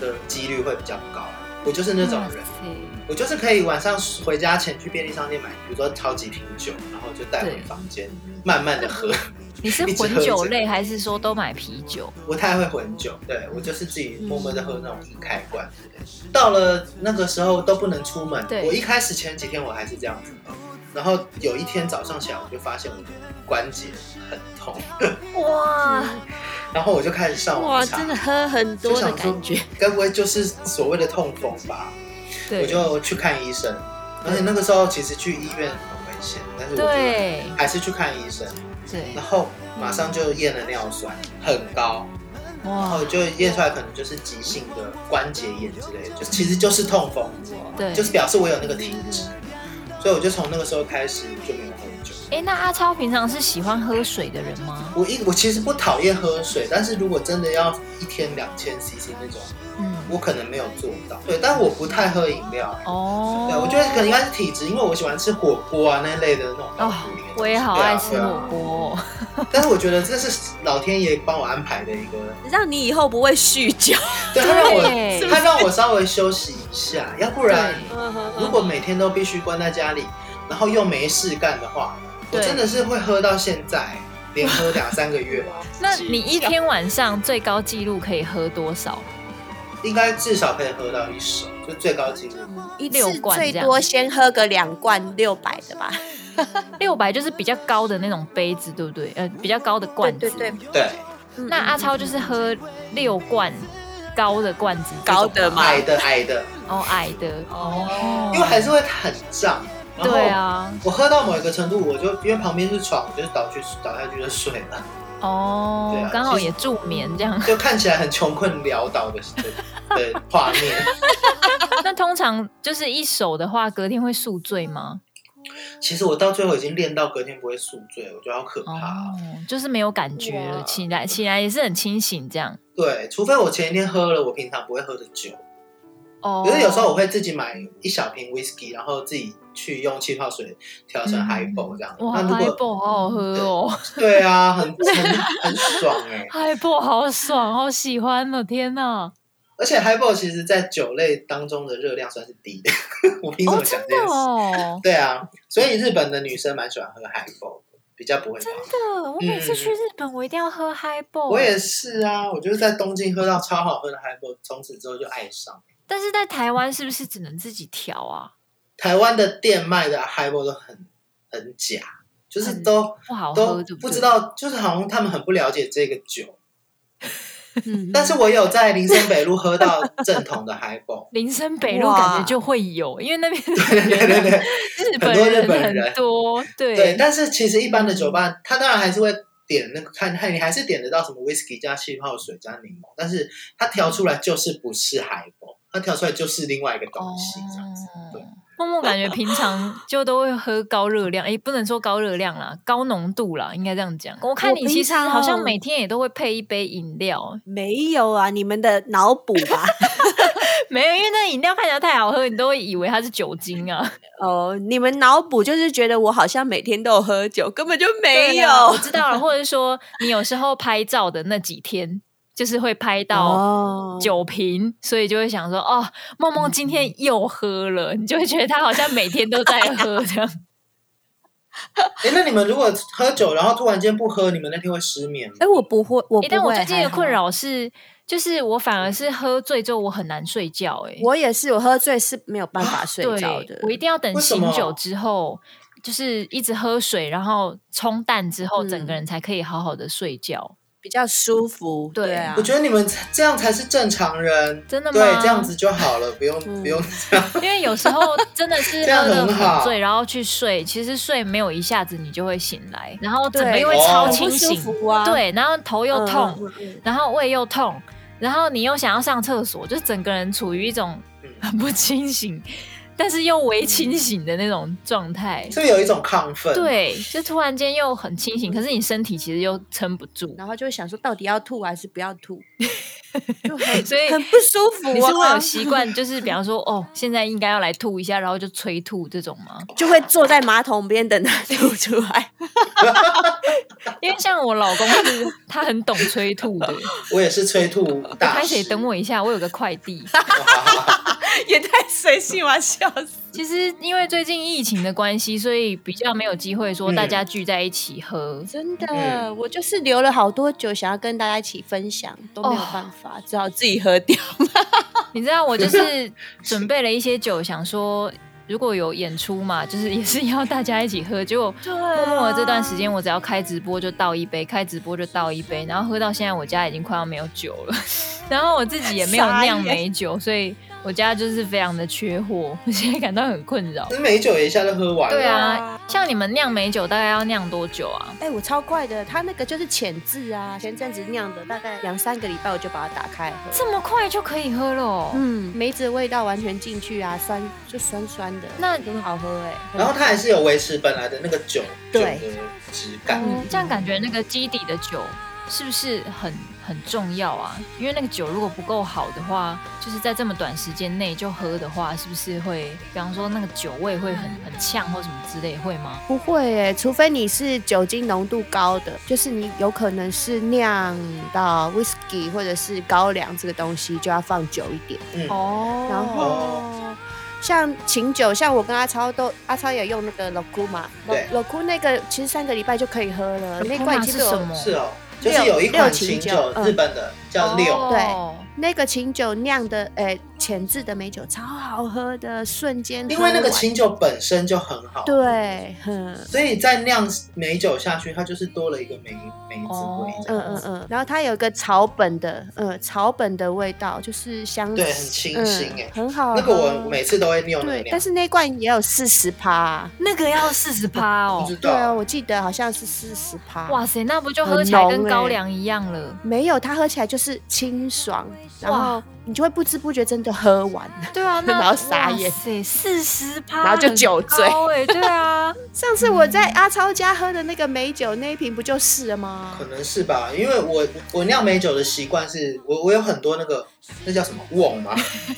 Speaker 3: 的几率会比较高。我就是那种
Speaker 2: 嗯
Speaker 3: 人，
Speaker 2: 人。
Speaker 3: 我就是可以晚上回家前去便利商店买，比如说超级瓶酒，然后就带回
Speaker 2: 对
Speaker 3: 房间慢慢的喝。
Speaker 2: 你是混酒类还是说都买啤酒？
Speaker 3: 不太会混酒，
Speaker 4: 嗯
Speaker 3: 对我就是自己默默的喝那种硬开罐之类的。到了那个时候都不能出门，
Speaker 2: 对
Speaker 3: 我一开始前几天我还是这样子的，然后有一天早上起来我就发现我的关节很痛，
Speaker 2: 哇，
Speaker 3: 然后我就开始上网
Speaker 4: 哇，
Speaker 3: 查，
Speaker 4: 真的喝很
Speaker 3: 就
Speaker 4: 多的
Speaker 3: 想说
Speaker 4: 感觉。，
Speaker 3: 该不会就是所谓的痛风吧？
Speaker 2: 对，
Speaker 3: 我就去看医生，而且那个时候其实去医院很危险，但是我就
Speaker 2: 对
Speaker 3: 还是去看医生，
Speaker 2: 对
Speaker 3: 然后马上就验了尿酸很高，然
Speaker 2: 哇
Speaker 3: 后，就验出来可能就是急性的关节炎之类的，就其实就是痛风，
Speaker 2: 对，
Speaker 3: 就是表示我有那个体质，所以我就从那个时候开始就没有喝酒。
Speaker 2: 哎，那阿超平常是喜欢喝水的人吗？
Speaker 3: 我一我其实不讨厌喝水，但是如果真的要一天两千 CC 那种，
Speaker 2: 嗯，
Speaker 3: 我可能没有做到。对，但我不太喝饮料。
Speaker 2: 哦，
Speaker 3: 对，啊我觉得可能应该是体质，因为我喜欢吃火锅啊那一类的那种
Speaker 2: 哦
Speaker 3: 东西。，
Speaker 2: 我也好爱吃
Speaker 3: 对啊
Speaker 2: 火锅哦、
Speaker 3: 但是我觉得这是老天爷帮我安排的一个，
Speaker 4: 让你以后不会酗酒。
Speaker 3: 对他让我
Speaker 2: 对
Speaker 3: 他让我稍微休息一下，要不然
Speaker 2: 对嗯
Speaker 3: 如果每天都必须关在家里，然后又没事干的话，我
Speaker 2: 对
Speaker 3: 真的是会喝到现在，连喝两三个 月，
Speaker 2: 那你一
Speaker 3: 啊
Speaker 2: 天晚上最高纪录可以喝多少？
Speaker 3: 应该至少可以喝到一手，就最高纪录。
Speaker 4: 一
Speaker 2: 六
Speaker 4: 次
Speaker 2: 罐
Speaker 4: 最
Speaker 2: 这样
Speaker 4: 多先喝个两罐六百的吧。
Speaker 2: 六百就是比较高的那种杯子，对不对？呃，比较高的罐子。
Speaker 4: 对对对，
Speaker 3: 对，
Speaker 4: 嗯
Speaker 2: 那阿超就是喝六罐高的罐子，
Speaker 4: 高的嘛
Speaker 3: 矮的矮的，
Speaker 2: 哦矮的哦，
Speaker 3: 因为还是会很胀。然
Speaker 2: 对
Speaker 3: 后
Speaker 2: 啊
Speaker 3: 我喝到某一个程度，我就因为旁边是床，我就倒去倒下去就睡了， 对
Speaker 2: 哦
Speaker 3: 啊，
Speaker 2: 刚好
Speaker 3: 其实
Speaker 2: 也助眠这样。
Speaker 3: 就看起来很穷困潦倒的的的画面。
Speaker 2: 那通常就是一手的话，隔天会宿醉吗？
Speaker 3: 其实我到最后已经练到隔天不会宿醉，我觉得好可怕
Speaker 2: 哦
Speaker 3: 哦、，
Speaker 2: 就是没有感觉了，
Speaker 3: 哇
Speaker 2: 起来起来也是很清醒这样。
Speaker 3: 对，除非我前一天喝了我平常不会喝的酒，
Speaker 2: 哦，
Speaker 3: 可是有时候我会自己买一小瓶 whisky，然后自己去用气泡水调成
Speaker 2: 嗯
Speaker 3: highball 这样。
Speaker 2: 哇，
Speaker 3: 那
Speaker 2: 嗨
Speaker 3: 如果
Speaker 2: 爆好好喝哦。
Speaker 3: 对啊， 很很很爽哎、
Speaker 2: 嗨波好爽，好喜欢哦！天哪，
Speaker 3: 而且 highball 其实在酒类当中的热量算是低的， 我凭什么讲这件事？
Speaker 2: 哦，
Speaker 3: 对啊，所以日本的女生蛮喜欢喝 highball，的比较不会胖。
Speaker 2: 真的，我哦每次去日本，我一定要喝嗨波。
Speaker 3: 我也是啊，我就是在东京喝到超好喝的 highball，从此之后就爱上。
Speaker 2: 但是在台湾是不是只能自己调啊？
Speaker 3: 台湾的店卖的 highball 都很很假，就是
Speaker 2: 很
Speaker 3: 都
Speaker 2: 不好
Speaker 3: 都
Speaker 2: 喝，对
Speaker 3: 不
Speaker 2: 对
Speaker 3: 知。道，就是好像他们很不了解这个 酒。
Speaker 4: 嗯
Speaker 3: 但是我有在林森北路喝到正统 的 highball，
Speaker 2: 林森北路
Speaker 4: 哇
Speaker 2: 感觉就会有，因为那边
Speaker 3: 对对对对
Speaker 2: 日
Speaker 3: 很
Speaker 2: 本
Speaker 3: 多日
Speaker 2: 人
Speaker 3: 本
Speaker 2: 很
Speaker 3: 人
Speaker 2: 多，对
Speaker 3: 对。但是其实一般的酒吧，它当然还是会点那个看看，你还是点得到什么 whisky 加气泡水加柠檬，但是它调出来就是不是 highball，它调出来就是另外一个东西这样子。对
Speaker 2: 哦，默默感觉平常就都会喝高热量，诶，不能说高热量啦，高浓度啦，应该这样讲。我看
Speaker 4: 我
Speaker 2: 你
Speaker 4: 平
Speaker 2: 其实
Speaker 4: 常
Speaker 2: 好像每天也都会配一杯饮料，
Speaker 4: 没有啊，你们的脑补 吧。
Speaker 2: 没有，因为那饮料看起来太好喝，你都会以为它是酒精啊。
Speaker 4: 哦，你们脑补就是觉得我好像每天都有喝酒，根本就没
Speaker 2: 对
Speaker 4: 有。
Speaker 2: 啊我知道了。或者说，你有时候拍照的那几天，就是会拍到
Speaker 4: 哦
Speaker 2: 酒瓶，所以就会想说，哦，梦梦今天又喝了，你就会觉得她好像每天都在喝这样。
Speaker 3: 哎，那你们如果喝酒然后突然间不喝，你们那天会失眠吗？
Speaker 4: 哎、我不会， 我不
Speaker 2: 诶
Speaker 4: 会。
Speaker 2: 但我最近的困
Speaker 4: 还好，
Speaker 2: 扰是，就是我反而是喝醉之后，我很难睡觉、诶。
Speaker 4: 我也是，我喝醉是没有办法睡
Speaker 2: 对，
Speaker 4: 着的。
Speaker 2: 我一定要等
Speaker 3: 为什
Speaker 2: 醒
Speaker 3: 么
Speaker 2: 酒之后，就是一直喝水，然后冲淡之后，整个
Speaker 4: 嗯
Speaker 2: 人才可以好好的睡觉。
Speaker 4: 比较舒服，
Speaker 2: 对
Speaker 4: 对啊。
Speaker 3: 我觉得你们这样才是正常人，
Speaker 2: 真的吗？
Speaker 3: 对，这样子就好了，不用
Speaker 4: 嗯
Speaker 3: 不用这样。
Speaker 2: 因为有时候真的是
Speaker 3: 这样
Speaker 2: 喝得
Speaker 3: 很好
Speaker 2: 很醉，然后去睡，其实睡没有一下子你就会醒来，然后整个
Speaker 4: 对
Speaker 2: 又会
Speaker 3: 哦
Speaker 2: 超
Speaker 3: 很不
Speaker 2: 清
Speaker 4: 舒
Speaker 2: 醒，
Speaker 4: 服啊
Speaker 2: 对，然后头又
Speaker 4: 嗯
Speaker 2: 痛，
Speaker 4: 嗯嗯
Speaker 2: 然后胃又痛，然后你又想要上厕所，就整个人处于一种
Speaker 3: 嗯
Speaker 2: 很不清醒，但是又微清醒的那种状态。
Speaker 3: 就有一种亢奋。，
Speaker 2: 对，就突然间又很清醒，可是你身体其实又撑不住，
Speaker 4: 然后就会想说，到底要吐还是不要 吐，就很
Speaker 2: 所以
Speaker 4: 很不舒服、啊。
Speaker 2: 你是会有习惯，就是比方说，哦，现在应该要来吐一下，然后就催吐这种吗？
Speaker 4: 就会坐在马桶边等它 吐出来。
Speaker 2: 因为像我老公是他很懂催吐的，
Speaker 3: 我也是催吐大
Speaker 2: 拍
Speaker 3: 师
Speaker 2: 谁。等我一下，我有个快递。
Speaker 3: 好好好
Speaker 4: 也太随性了，笑死！
Speaker 2: 其实因为最近疫情的关系，所以比较没有机会说
Speaker 3: 嗯
Speaker 2: 大家聚在一起喝。
Speaker 4: 真的，
Speaker 3: 嗯
Speaker 4: 我就是留了好多酒，想要跟大家一起分享，都没有
Speaker 2: 哦
Speaker 4: 办法，只好自己喝掉。
Speaker 2: 你知道我就是准备了一些酒，想说如果有演出嘛，就是也是要大家一起喝。结果
Speaker 4: 对
Speaker 2: 默默的这段时间，我只要开直播就倒一杯，开直播就倒一杯，然后喝到现在，我家已经快要没有酒了。 然后我自己也没有
Speaker 4: 傻眼
Speaker 2: 酿美酒，所以我家就是非常的缺货，我现在感到很困扰
Speaker 3: 其。实美酒也一下就喝完了。
Speaker 2: 对啊
Speaker 4: 啊，
Speaker 2: 像你们酿美酒大概要酿多久啊？
Speaker 4: 哎、我超快的，它那个就是浅渍啊，前阵子酿的，大概两三个礼拜我就把它打开来喝。
Speaker 2: 这么快就可以喝了、哦？
Speaker 4: 嗯，梅子的味道完全进去啊，酸就酸酸的，
Speaker 2: 那
Speaker 4: 很好喝哎、
Speaker 3: 然后它还是有维持本来的那个酒酒
Speaker 4: 对嗯
Speaker 3: 的质感。
Speaker 2: 哦这样感觉那个基底的酒是不是很很重要啊？因为那个酒如果不够好的话，就是在这么短时间内就喝的话，是不是会，比方说那个酒味会
Speaker 4: 嗯
Speaker 2: 很很呛或什么之类，会吗？
Speaker 4: 不会诶，除非你是酒精浓度高的，就是你有可能是酿到 whisky 或者是高粱这个东西，就要放久一点。
Speaker 3: 嗯，
Speaker 2: 哦
Speaker 4: 然后像琴酒，像我跟阿超都，阿超也用那个 l o c u 嘛
Speaker 3: 对
Speaker 4: l o c u 那个其实三个礼拜就可以喝了，那罐已经
Speaker 2: 是
Speaker 4: 被
Speaker 2: 什
Speaker 4: 我
Speaker 2: 么？
Speaker 3: 是哦，就
Speaker 4: 六
Speaker 3: 是有一款
Speaker 4: 六琴
Speaker 3: 琴
Speaker 4: 酒
Speaker 3: 酒，
Speaker 4: 嗯
Speaker 3: 日本的叫六。
Speaker 2: 哦
Speaker 4: 那个琴酒酿的，诶，浅制的美酒超好喝的，瞬间
Speaker 3: 因为那个
Speaker 4: 琴
Speaker 3: 琴酒本身就很好，，
Speaker 4: 对，哼。
Speaker 3: 所以再酿美酒下去，它就是多了一个梅梅子味
Speaker 2: 哦。
Speaker 3: 这
Speaker 4: 嗯
Speaker 3: 样
Speaker 4: 嗯
Speaker 3: 子
Speaker 4: 嗯，然后它有一个草本的，嗯，草本的味道，就是香，
Speaker 3: 对很清新
Speaker 4: 嗯
Speaker 3: 欸
Speaker 4: 很好喝。
Speaker 3: 那个我每次都会用那个
Speaker 4: 对，
Speaker 3: 酿
Speaker 4: 但，是那罐也有四十趴，
Speaker 2: 那个要四十趴
Speaker 3: 不
Speaker 2: 哦
Speaker 3: 知。
Speaker 4: 对啊，
Speaker 3: 道
Speaker 4: 我记得好像是四十趴。
Speaker 2: 哇，塞，那不就喝起来
Speaker 4: 很
Speaker 2: 跟
Speaker 4: 浓欸
Speaker 2: 高粱一样了？
Speaker 4: 没有，它喝起来就是清爽，然
Speaker 2: 哇
Speaker 4: 后你就会不知不觉真的喝完。
Speaker 2: 对啊， 那
Speaker 4: 然后傻眼
Speaker 2: 哇塞，四十趴，
Speaker 4: 然后就酒醉
Speaker 2: 哎，对 啊，
Speaker 4: 上次我
Speaker 3: 嗯
Speaker 4: 在阿超家喝的那个美酒那一瓶不就是了吗
Speaker 3: 可？能是吧，因为我我酿美酒的习惯是我我有很多那个那叫什么瓮吗？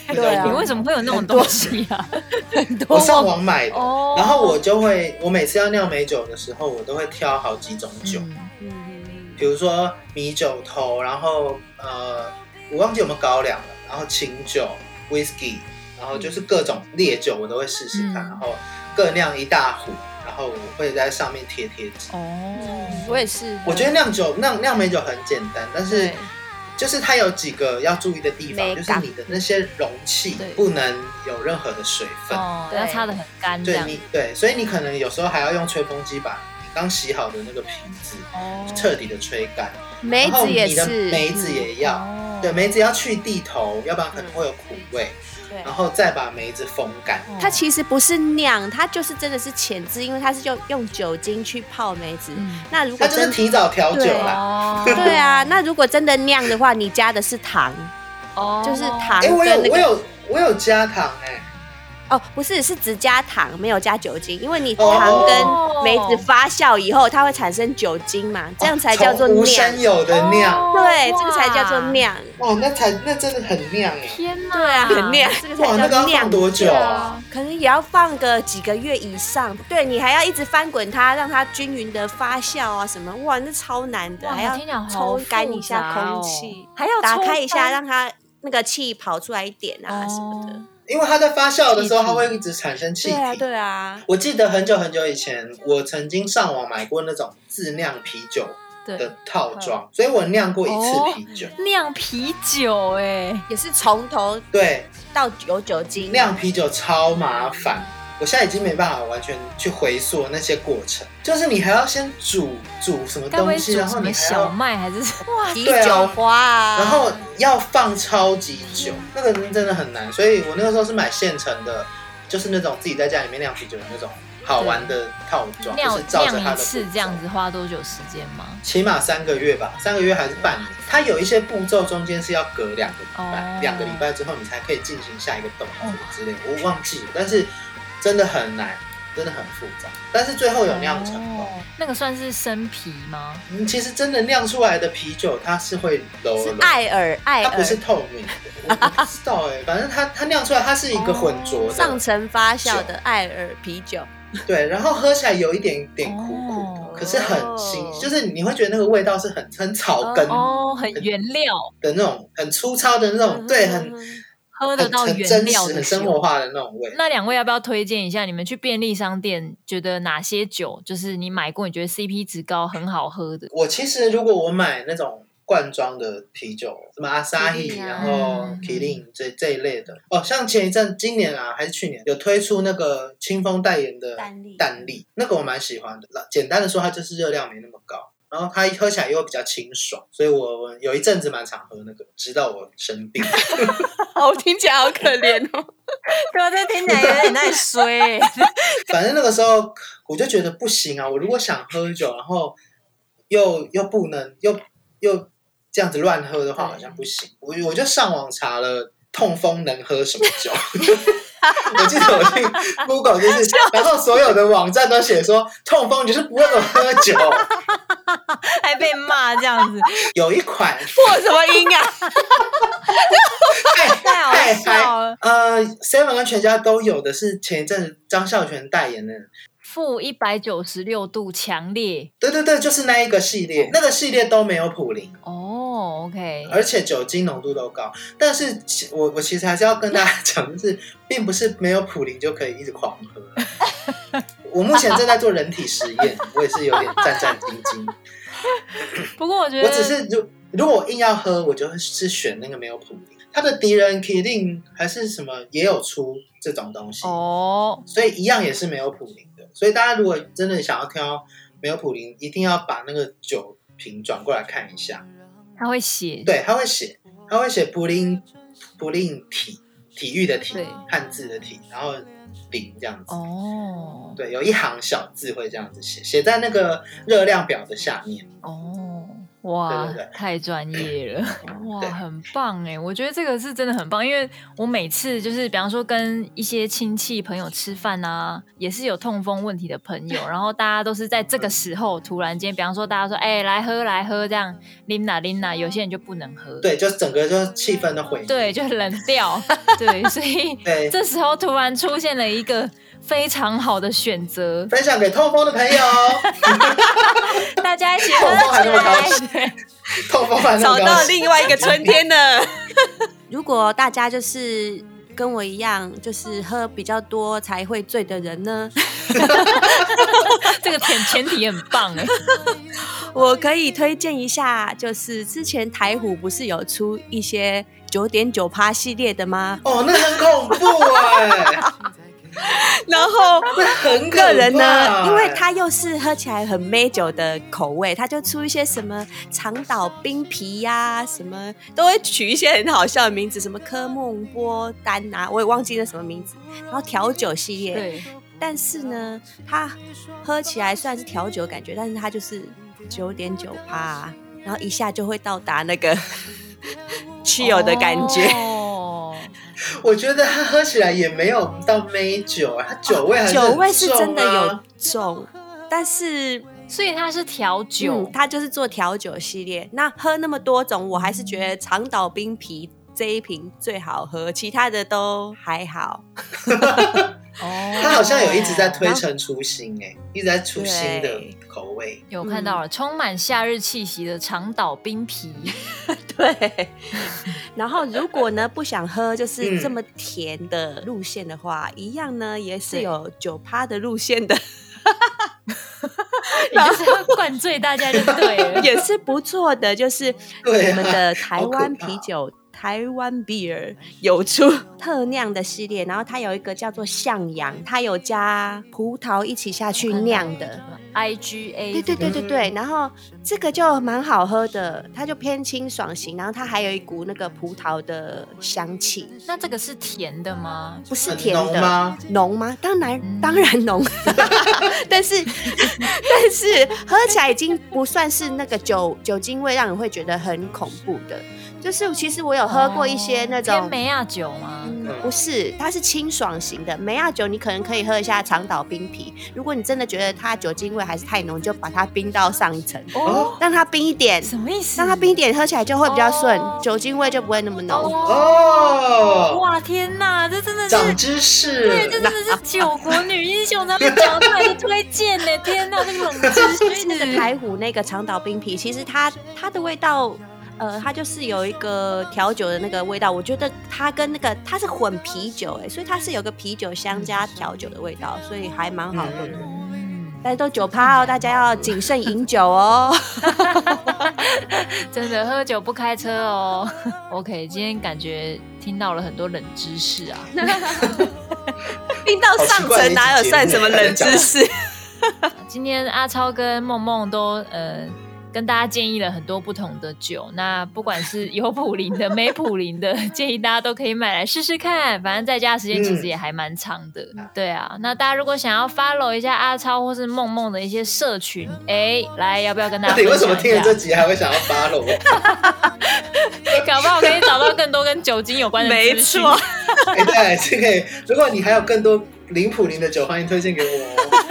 Speaker 3: 那叫
Speaker 4: 对啊
Speaker 2: 你
Speaker 3: 瓮
Speaker 2: 为什么会有那种东西 啊？
Speaker 3: 我上网买的，
Speaker 2: 哦
Speaker 3: 然后我就会，我每次要酿美酒的时候，我都会挑好几种酒，
Speaker 2: 嗯
Speaker 4: 嗯，
Speaker 3: 比如说米酒头，然后呃，我忘记有没有高粱了，然后清酒、whisky，然后就是各种烈酒我都会试试看，
Speaker 2: 嗯
Speaker 3: 然后各酿一大壶，然后我会在上面贴贴纸。
Speaker 2: 哦，
Speaker 4: 嗯
Speaker 3: 嗯
Speaker 4: 我也是。
Speaker 3: 我觉得酿酒酿酿美酒很简单，但是
Speaker 2: 对
Speaker 3: 就是它有几个要注意的地方，
Speaker 1: 美
Speaker 3: 就是
Speaker 1: 感
Speaker 3: 你的那些容器
Speaker 4: 对
Speaker 3: 不能有任何的水分。
Speaker 2: 哦，
Speaker 4: 对
Speaker 2: 要擦的很干这
Speaker 3: 对
Speaker 2: 样。
Speaker 3: 你对，所以你可能有时候还要用吹风机把你刚洗好的那个皮子
Speaker 2: 哦
Speaker 3: 彻底的吹干，
Speaker 4: 梅
Speaker 3: 然后
Speaker 4: 子也
Speaker 3: 你的
Speaker 4: 是，嗯
Speaker 3: 梅子也要，
Speaker 2: 哦
Speaker 3: 对，梅子要去地头，要不然可能会有苦味，
Speaker 4: 嗯
Speaker 2: 对
Speaker 3: 然后再把梅子风干。
Speaker 2: 哦
Speaker 4: 它其实不是酿，它就是真的是浅汁，因为它是用用酒精去泡梅子。
Speaker 2: 嗯
Speaker 4: 那如
Speaker 3: 它
Speaker 4: 果
Speaker 3: 就是
Speaker 4: 真
Speaker 3: 提早调酒
Speaker 4: 对
Speaker 3: 啦。
Speaker 2: 哦，
Speaker 4: 对啊，那如果真的酿的话，你加的是糖，
Speaker 2: 哦，
Speaker 4: 就是糖
Speaker 3: 哎、我有
Speaker 4: 跟那
Speaker 3: 我
Speaker 4: 个
Speaker 3: 有我有加糖哎、
Speaker 4: 哦，不是，是只加糖，没有加酒精，因为你
Speaker 3: 哦
Speaker 4: 糖跟梅子发酵以后，它会产生酒精嘛，这样才叫做
Speaker 3: 哦从无
Speaker 4: 酿
Speaker 3: 山。有的酿。
Speaker 2: 哦
Speaker 4: 对，这个才叫做。
Speaker 2: 哇
Speaker 4: 酿。
Speaker 3: 哇，那才那真的很酿哎、
Speaker 2: 天哪，
Speaker 4: 对啊，很酿，这个
Speaker 3: 哇，那个
Speaker 4: 才叫
Speaker 3: 要
Speaker 4: 酿
Speaker 3: 放。多久啊？
Speaker 4: 可能也要放个几个月以上，对你还要一直翻滚它，让它均匀的发酵啊什么，哇，那超难的，
Speaker 2: 哇
Speaker 4: 还啊要
Speaker 2: 听起来好
Speaker 4: 抽干一下
Speaker 2: 复杂哦
Speaker 4: 空气，
Speaker 2: 还要
Speaker 4: 打
Speaker 2: 抽
Speaker 4: 开一下
Speaker 2: 干
Speaker 4: 让它那个气跑出来一点啊什么的。
Speaker 2: 哦
Speaker 3: 因为它在发酵的时候，
Speaker 2: 气体
Speaker 3: 它会一直产生气
Speaker 4: 对啊，
Speaker 3: 体。
Speaker 4: 对啊，
Speaker 3: 我记得很久很久以前，我曾经上网买过那种自酿啤酒
Speaker 4: 对，
Speaker 3: 的套装，所以我酿过一
Speaker 2: 哦
Speaker 3: 次啤酒。
Speaker 2: 酿啤酒哎、
Speaker 4: 也是从头
Speaker 3: 对，
Speaker 4: 到有酒精。
Speaker 3: 酿啤酒超麻烦，我现在已经没办法完全去回溯那些过程，就是你还要先煮煮什么
Speaker 2: 该不
Speaker 3: 东
Speaker 2: 会
Speaker 3: 西，
Speaker 2: 煮
Speaker 3: 然
Speaker 2: 什
Speaker 3: 后
Speaker 2: 么
Speaker 3: 你还
Speaker 2: 小
Speaker 3: 要
Speaker 2: 麦还是什么？哇，
Speaker 4: 啤
Speaker 3: 对啊
Speaker 4: 酒花啊，
Speaker 3: 然后要放超级久，那个真的很难。所以我那个时候是买现成的，就是那种自己在家里面酿啤酒的那种好玩的套装，就
Speaker 2: 酿
Speaker 3: 是照着它
Speaker 2: 酿一
Speaker 3: 的步
Speaker 2: 次
Speaker 3: 骤
Speaker 2: 这样子花多久时间吗？
Speaker 3: 起码三个月吧，三个月还是半年。它有一些步骤中间是要隔两个礼拜
Speaker 2: 哦，
Speaker 3: 两、个礼拜之后你才可以进行下一个动作之类的，我忘记了。但是真的很难，真的很复杂。但是最后有酿成功。
Speaker 2: 哦那个算是生啤吗？
Speaker 3: 嗯，其实真的酿出来的啤酒，它是会柔
Speaker 4: 是
Speaker 3: 柔
Speaker 4: 艾尔，艾
Speaker 3: 它不
Speaker 4: 尔
Speaker 3: 是透明的，我不知道哎、反正它它酿出来它是一个混浊的，
Speaker 4: 哦上层发酵的艾尔啤酒，
Speaker 3: 对，然后喝起来有一点点苦苦的，
Speaker 2: 哦
Speaker 3: 可是很新，就是你会觉得那个味道是很很草根
Speaker 2: 哦，很原料，
Speaker 3: 的那种，很粗糙的那种，对，很
Speaker 2: 嗯喝得
Speaker 3: 很
Speaker 2: 到
Speaker 3: 很
Speaker 2: 原
Speaker 3: 真实、
Speaker 2: 料
Speaker 3: 很
Speaker 2: 的
Speaker 3: 生
Speaker 2: 酒。
Speaker 3: 活化的那种味。
Speaker 2: 那两位要不要推荐一下？你们去便利商店，觉得哪些酒就是你买过，你觉得 CP 值高，很好喝 的？
Speaker 3: 我其实如果我买那种罐装的啤酒，什么阿萨伊，
Speaker 4: Kirin 啊
Speaker 3: 然后
Speaker 2: 嗯
Speaker 3: Kirin 这这一类的，哦，像前一阵今年啊还是去年有推出那个清风代言的
Speaker 4: 蛋力
Speaker 3: 蛋力，那个我蛮喜欢的。那简单的说，它就是热量没那么高。然后它喝起来又比较清爽，所以我我有一阵子蛮常喝那个，直到我生病。
Speaker 4: 好哦听起来好可怜 哦。
Speaker 2: 对啊，这听起来有点太 衰、
Speaker 3: 反正那个时候我就觉得不行啊，我如果想喝酒，然后又又不能又又这样子乱喝的话，
Speaker 4: 对
Speaker 3: 好像不行。我我就上网查了痛风能喝什么 酒。 我记得我去 Google 就是，然后所有的网站都写说痛风就是不会喝酒。
Speaker 2: 还被骂这样子，
Speaker 3: 有一款
Speaker 4: 破什么音啊？
Speaker 3: 太
Speaker 2: 太好
Speaker 3: 太
Speaker 2: 笑
Speaker 3: 嗨，
Speaker 4: 哦
Speaker 2: 了。
Speaker 3: 哎呃，Seven 跟全家都有的是前一阵子张孝全代言的
Speaker 2: 负一百九十六度，强烈
Speaker 3: 对对对，就是那一个系列，那个系列都没有普林，
Speaker 2: 哦，OK、o k
Speaker 3: 而且酒精浓度都高。但是其我我其实还是要跟大家讲，就是并不是没有普林就可以一直狂喝。啊我目前正在做人体实验，我也是有点战战兢兢。
Speaker 2: 不过我觉得，
Speaker 3: 我只是如如果我硬要喝，我就是选那个没有普林。它的敌人 Kirin 还是什么也有出这种东西，
Speaker 2: 哦，
Speaker 3: 所以一样也是没有普林的。所以大家如果真的想要挑没有普林，一定要把那个酒瓶转过来看一下。
Speaker 2: 他会写，
Speaker 3: 对，他会写，他会写不吝不吝体体育的体
Speaker 2: 对，
Speaker 3: 汉字的体，然后零这样子。
Speaker 2: 哦
Speaker 3: 对，有一行小字会这样子写，写在那个热量表的下面。
Speaker 2: 哦，哇，
Speaker 3: 对对对
Speaker 2: 太专业了， 哇，
Speaker 3: 对
Speaker 2: 很棒哎！我觉得这个是真的很棒，因为我每次就是比方说跟一些亲戚朋友吃饭啊，也是有痛风问题的朋友，然后大家都是在
Speaker 3: 嗯
Speaker 2: 这个时候突然间，比方说大家说，哎、来喝来喝这样，Lina Lina，有些人就不能喝，
Speaker 3: 对，就整个就气氛都毁灭。
Speaker 2: 对，就冷 掉，对，所以
Speaker 3: 对
Speaker 2: 这时候突然出现了一个非常好的选择，
Speaker 3: 分享给痛风的朋友，
Speaker 2: 大家一起
Speaker 3: 痛风还那么高
Speaker 2: 喝
Speaker 3: 兴
Speaker 2: 起 来。
Speaker 3: 痛风反
Speaker 4: 找
Speaker 3: 正
Speaker 4: 到另外一个春天了。 如果大家就是跟我一样，就是喝比较多才会 醉的人呢，
Speaker 2: 欸这个前前提很棒哎，
Speaker 4: 我可以推荐一下，就是之前台虎不是有出一些九点九趴系列的吗？
Speaker 3: 哦，那很恐怖哎、
Speaker 4: 然后
Speaker 3: 那很可
Speaker 4: 个人
Speaker 3: 怕
Speaker 4: 呢，因为它又是喝起来很美酒的口味，它就出一些什么长岛冰啤呀、什么都会取一些很好笑的名字，什么科梦波丹啊，我也忘记那什么名字。然后调酒系 列，
Speaker 2: 对，
Speaker 4: 但是呢，它喝起来虽然是调酒感觉，但是它就是九点九趴，然后一下就会到达那个 chill 的感觉。
Speaker 2: 哦
Speaker 3: 我觉得它喝起来也没有到美酒啊，它酒味还是、
Speaker 4: 酒味是真的有，重，但是
Speaker 2: 所以它是调酒
Speaker 4: 嗯，它就是做调酒系列。那喝那么多种，我还是觉得长岛冰啤这一瓶最好喝，其他的都还好。
Speaker 2: 哦
Speaker 3: 它好像有一直在推陈出新哎、一直在出新的口味。
Speaker 2: 有看到
Speaker 4: 嗯
Speaker 2: 了，充满夏日气息的长岛冰 啤，
Speaker 4: 对，然后如果呢不想喝就是
Speaker 3: 嗯
Speaker 4: 这么甜的路线的话，一样呢也是
Speaker 2: 对
Speaker 4: 有九趴的路线的，
Speaker 2: 你就是要灌醉大家就对了。
Speaker 4: 也是不错的。就是
Speaker 3: 对
Speaker 4: 我
Speaker 3: 啊
Speaker 4: 们的台
Speaker 3: 好可
Speaker 4: 湾
Speaker 3: 怕
Speaker 4: 啤酒。台湾 beer 有出特酿的系列，然后它有一个叫做向阳，它有加葡萄一起下
Speaker 3: 嗯
Speaker 4: 去酿的，
Speaker 2: I G A，
Speaker 4: 对对对对对，然后这个就蛮好喝的，它就偏清爽型，然后它还有一股那个葡萄的香气，
Speaker 2: 那这个是甜的吗？
Speaker 4: 不是
Speaker 3: 很
Speaker 4: 甜
Speaker 3: 浓
Speaker 4: 的
Speaker 3: 吗？
Speaker 4: 浓吗？当然，
Speaker 2: 嗯
Speaker 4: 当然浓， 但是但是喝起来已经不算是那个酒酒精味，让人会觉得很恐怖的。就是其实我有喝过一些那种、
Speaker 2: 哦偏梅亚酒吗？
Speaker 4: 嗯不是，它是清爽型的梅亚酒，你可能可以喝一下长岛冰啤。如果你真的觉得它酒精味还是太浓，你就把它冰到上一层，
Speaker 2: 哦，
Speaker 4: 让它冰一点，
Speaker 2: 什么意思？
Speaker 4: 让它冰一点，喝起来就会比较顺，
Speaker 2: 哦
Speaker 4: 酒精味就不会那么浓。
Speaker 3: 哦，
Speaker 2: 哇天哪，这真的
Speaker 3: 长
Speaker 2: 是。
Speaker 3: 知
Speaker 2: 对，这
Speaker 3: 识。嗯
Speaker 2: 真的是九国女英雄他们讲出来的推荐呢！天哪，这个冷 知
Speaker 4: 所以那个
Speaker 2: 识，
Speaker 4: 台虎那个长岛冰啤，其实它它的味道，呃，它就是有一个调酒的那个味道。我觉得它跟那个它是混啤酒、欸，所以它是有个啤酒香加调酒的味道，所以还蛮好喝的。
Speaker 3: 嗯
Speaker 2: 嗯
Speaker 4: 但是都酒趴哦，大家要谨慎饮酒 哦。
Speaker 2: 真的喝酒不开车 哦。OK，今天感觉听到了很多冷知识啊。
Speaker 4: 听到上层哪有算什么冷知识？
Speaker 2: 今天阿超跟梦梦都呃跟大家建议了很多不同的酒，那不管是有普林的、没普林的，建议大家都可以买来试试看。反正在家的时间其实也还蛮长的，
Speaker 3: 嗯
Speaker 2: 对啊。那大家如果想要 follow 一下阿超或是梦梦的一些社群，哎，来要不要跟大家
Speaker 3: 那
Speaker 2: 分
Speaker 3: 你
Speaker 2: 享
Speaker 3: 为
Speaker 2: 一
Speaker 3: 什么听了
Speaker 2: 下？
Speaker 3: 这集还会想要发了我？
Speaker 2: 搞不好可以找到更多跟酒精有关的
Speaker 4: 没
Speaker 2: 资讯。
Speaker 4: 错，
Speaker 3: 哎、对，这个如果你还有更多林普林的酒，欢迎推荐给 我哦。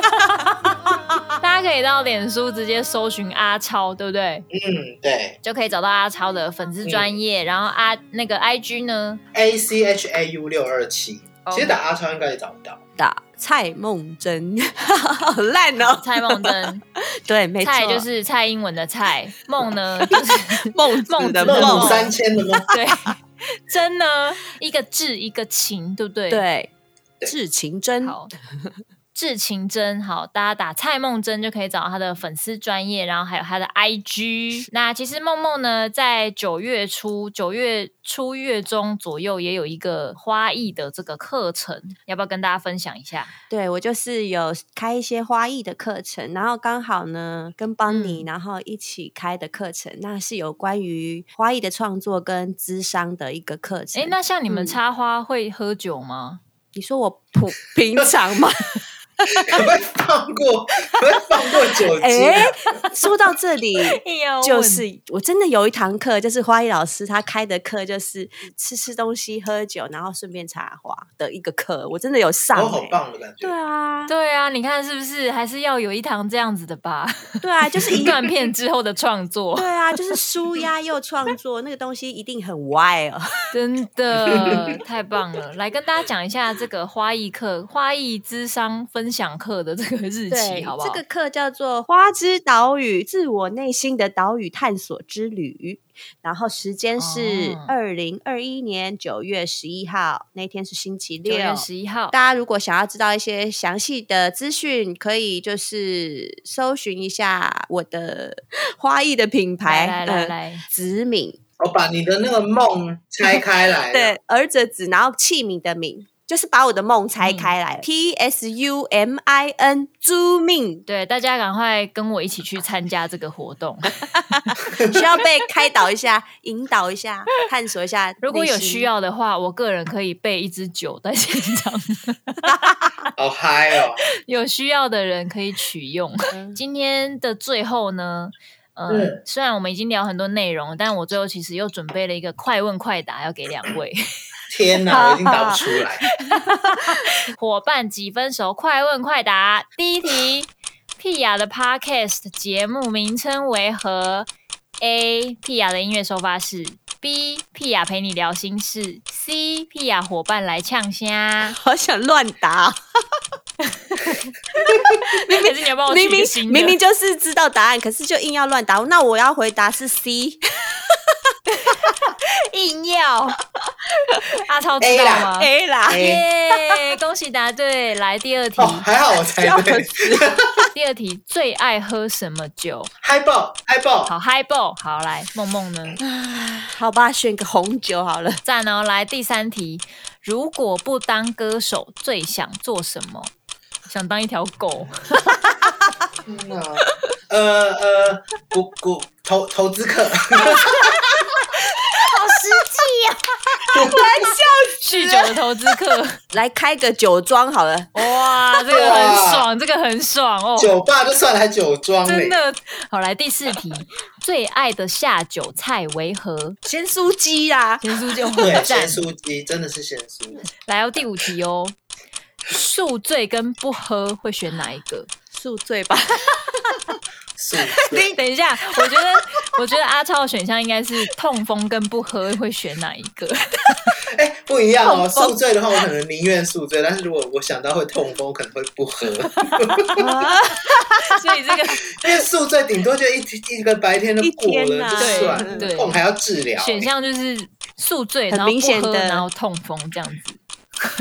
Speaker 2: 大家可以到脸书直接搜寻阿超，对不对？
Speaker 3: 嗯，对
Speaker 2: 就可以找到阿超的粉丝专
Speaker 4: 嗯
Speaker 2: 业，然后阿那个 IG 呢？
Speaker 3: ，A C H A U 六二七，
Speaker 2: 哦
Speaker 3: 其实打阿超应该也找不到。
Speaker 4: 打蔡梦真， 好烂哦。
Speaker 2: 蔡梦真，
Speaker 4: 对， 没错，
Speaker 2: 蔡就是蔡英文的蔡，梦呢就是
Speaker 4: 孟子的
Speaker 2: 孟子的
Speaker 3: 孟
Speaker 4: 梦
Speaker 3: 母。三迁的 吗？
Speaker 2: 对，真呢一个志一个情，对不对？，
Speaker 4: 对，至情真。
Speaker 2: 好。志情真好，大家打蔡梦真就可以找到他的粉丝专业，然后还有他的 IG。那其实梦梦呢，在九月初、九月初月中左右也有一个花艺的这个课程，要不要跟大家分享一下？
Speaker 4: 对我就是有开一些花艺的课程，然后刚好呢跟邦
Speaker 2: 嗯
Speaker 4: 尼，然后一起开的课程，那是有关于花艺的创作跟智商的一个课程。
Speaker 2: 哎，那像你们
Speaker 4: 嗯
Speaker 2: 插花会喝酒吗？
Speaker 4: 你说我 普平常吗？
Speaker 3: 可不可以放过？可不可以放过酒精
Speaker 4: 哎
Speaker 3: 啊？，
Speaker 4: 说到这 里，
Speaker 2: 哎呀
Speaker 4: 就是我真的有一堂课，就是花艺老师他开的课，就是吃吃东西、喝酒，然后顺便插花的一个课，我真的有上、
Speaker 3: 哦，好
Speaker 4: 欸。
Speaker 3: 棒的感觉
Speaker 4: 对。啊，
Speaker 2: 对啊，你看是不是还是要有一堂这样子的 吧？
Speaker 4: 对啊，就是 一
Speaker 2: 断片之后的创作
Speaker 4: 对，啊，就是舒压又创作，那个东西一定很 wild。
Speaker 2: 真的太棒了！来跟大家讲一下这个花艺课、花艺智商分分享课的这个日期，
Speaker 4: 对
Speaker 2: 好不，好？
Speaker 4: 这个课叫做《花之岛屿：自我内心的岛屿探索之旅》，然后时间是
Speaker 2: 哦
Speaker 4: 二零二一年九月十一号，那天是星期
Speaker 2: 九
Speaker 4: 六
Speaker 2: 月。十一号，
Speaker 4: 大家如果想要知道一些详细的资讯，可以就是搜寻一下我的花艺的品牌，
Speaker 2: 来来
Speaker 4: 呃
Speaker 2: 来来，
Speaker 4: 子敏，
Speaker 3: 我哦把你的那个梦拆开 来，，
Speaker 4: 对，儿子的子，然后器皿的皿，就是把我的梦拆开
Speaker 3: 嗯
Speaker 4: 来、t S U M I N，朱 命
Speaker 2: 对大家赶快跟我一起去参加这个活 动。
Speaker 4: 需要被开导一下、 引导一下、探索一下。
Speaker 2: 如果有需，要的话，我个人可以备一支酒在现场，
Speaker 3: 好嗨哦！
Speaker 2: 有需要的人可以取用。今天的最后呢，呃，
Speaker 3: 嗯
Speaker 2: 虽然我们已经聊很多内容，但我最后其实又准备了一个快问快答要给两位
Speaker 3: 天哪，我已经打不出来。
Speaker 2: 伙伴几分熟快问快答。第一题，屁雅的 Podcast 节目名称为何？A. 屁雅的音乐收发室。B. 屁雅陪你聊心事。C. 屁雅伙伴来呛 虾。
Speaker 4: 好想乱答，
Speaker 2: 明明是你要帮我取
Speaker 4: 哦明
Speaker 2: 一个
Speaker 4: 明
Speaker 2: 新的
Speaker 4: 明明就是知道答案，可是就硬要乱答。那我要回答是 C，
Speaker 2: 硬 要。阿超知
Speaker 3: A
Speaker 2: 道
Speaker 3: 啦
Speaker 2: 吗？
Speaker 4: A 啦
Speaker 3: A
Speaker 2: 耶！恭喜答对，来第二题
Speaker 3: 哦，。还好我猜对，
Speaker 2: 第二题最爱喝什么酒？
Speaker 3: 嗨爆嗨爆！
Speaker 2: 好嗨爆！好来，梦梦呢？
Speaker 4: 好吧，选个红酒好了。
Speaker 2: 赞哦！来第三题，如果不当歌手，最想做什么？想当一条狗，
Speaker 3: 天哪，呃呃，股股投投资客，
Speaker 2: 哦酗酒的投资客。
Speaker 4: 来开个酒庄好了，
Speaker 2: 哇，这个很爽，这个很爽哦！
Speaker 3: 酒吧就算来酒庄嘞
Speaker 2: 真，的好来第四题，最爱的下酒菜为何？
Speaker 4: 咸酥鸡啦，
Speaker 2: 咸酥鸡哦
Speaker 3: 对，
Speaker 2: 赞
Speaker 3: 咸酥鸡真的是咸酥，
Speaker 2: 来哦，第五题哦，宿醉跟不喝会选哪一个？
Speaker 4: 宿醉吧。
Speaker 3: 素
Speaker 2: 等 等一下，我觉得我觉得阿超的选项应该是痛风跟不喝会选哪一个？
Speaker 3: 哎不一样哦，
Speaker 4: 痛风
Speaker 3: 宿醉的话我可能宁愿宿醉，但是如果我想到会痛风，可能会不喝，因
Speaker 2: 所以这个
Speaker 3: 为宿醉顶多就一一个白天就过
Speaker 4: 一天
Speaker 3: 了
Speaker 4: 呐
Speaker 3: 就算
Speaker 2: 对对
Speaker 3: 了，痛还要治疗，欸
Speaker 2: 选项就是宿醉，
Speaker 4: 很
Speaker 2: 然后
Speaker 4: 明
Speaker 2: 不
Speaker 4: 显
Speaker 2: 喝，
Speaker 4: 的
Speaker 2: 然后痛风这样子。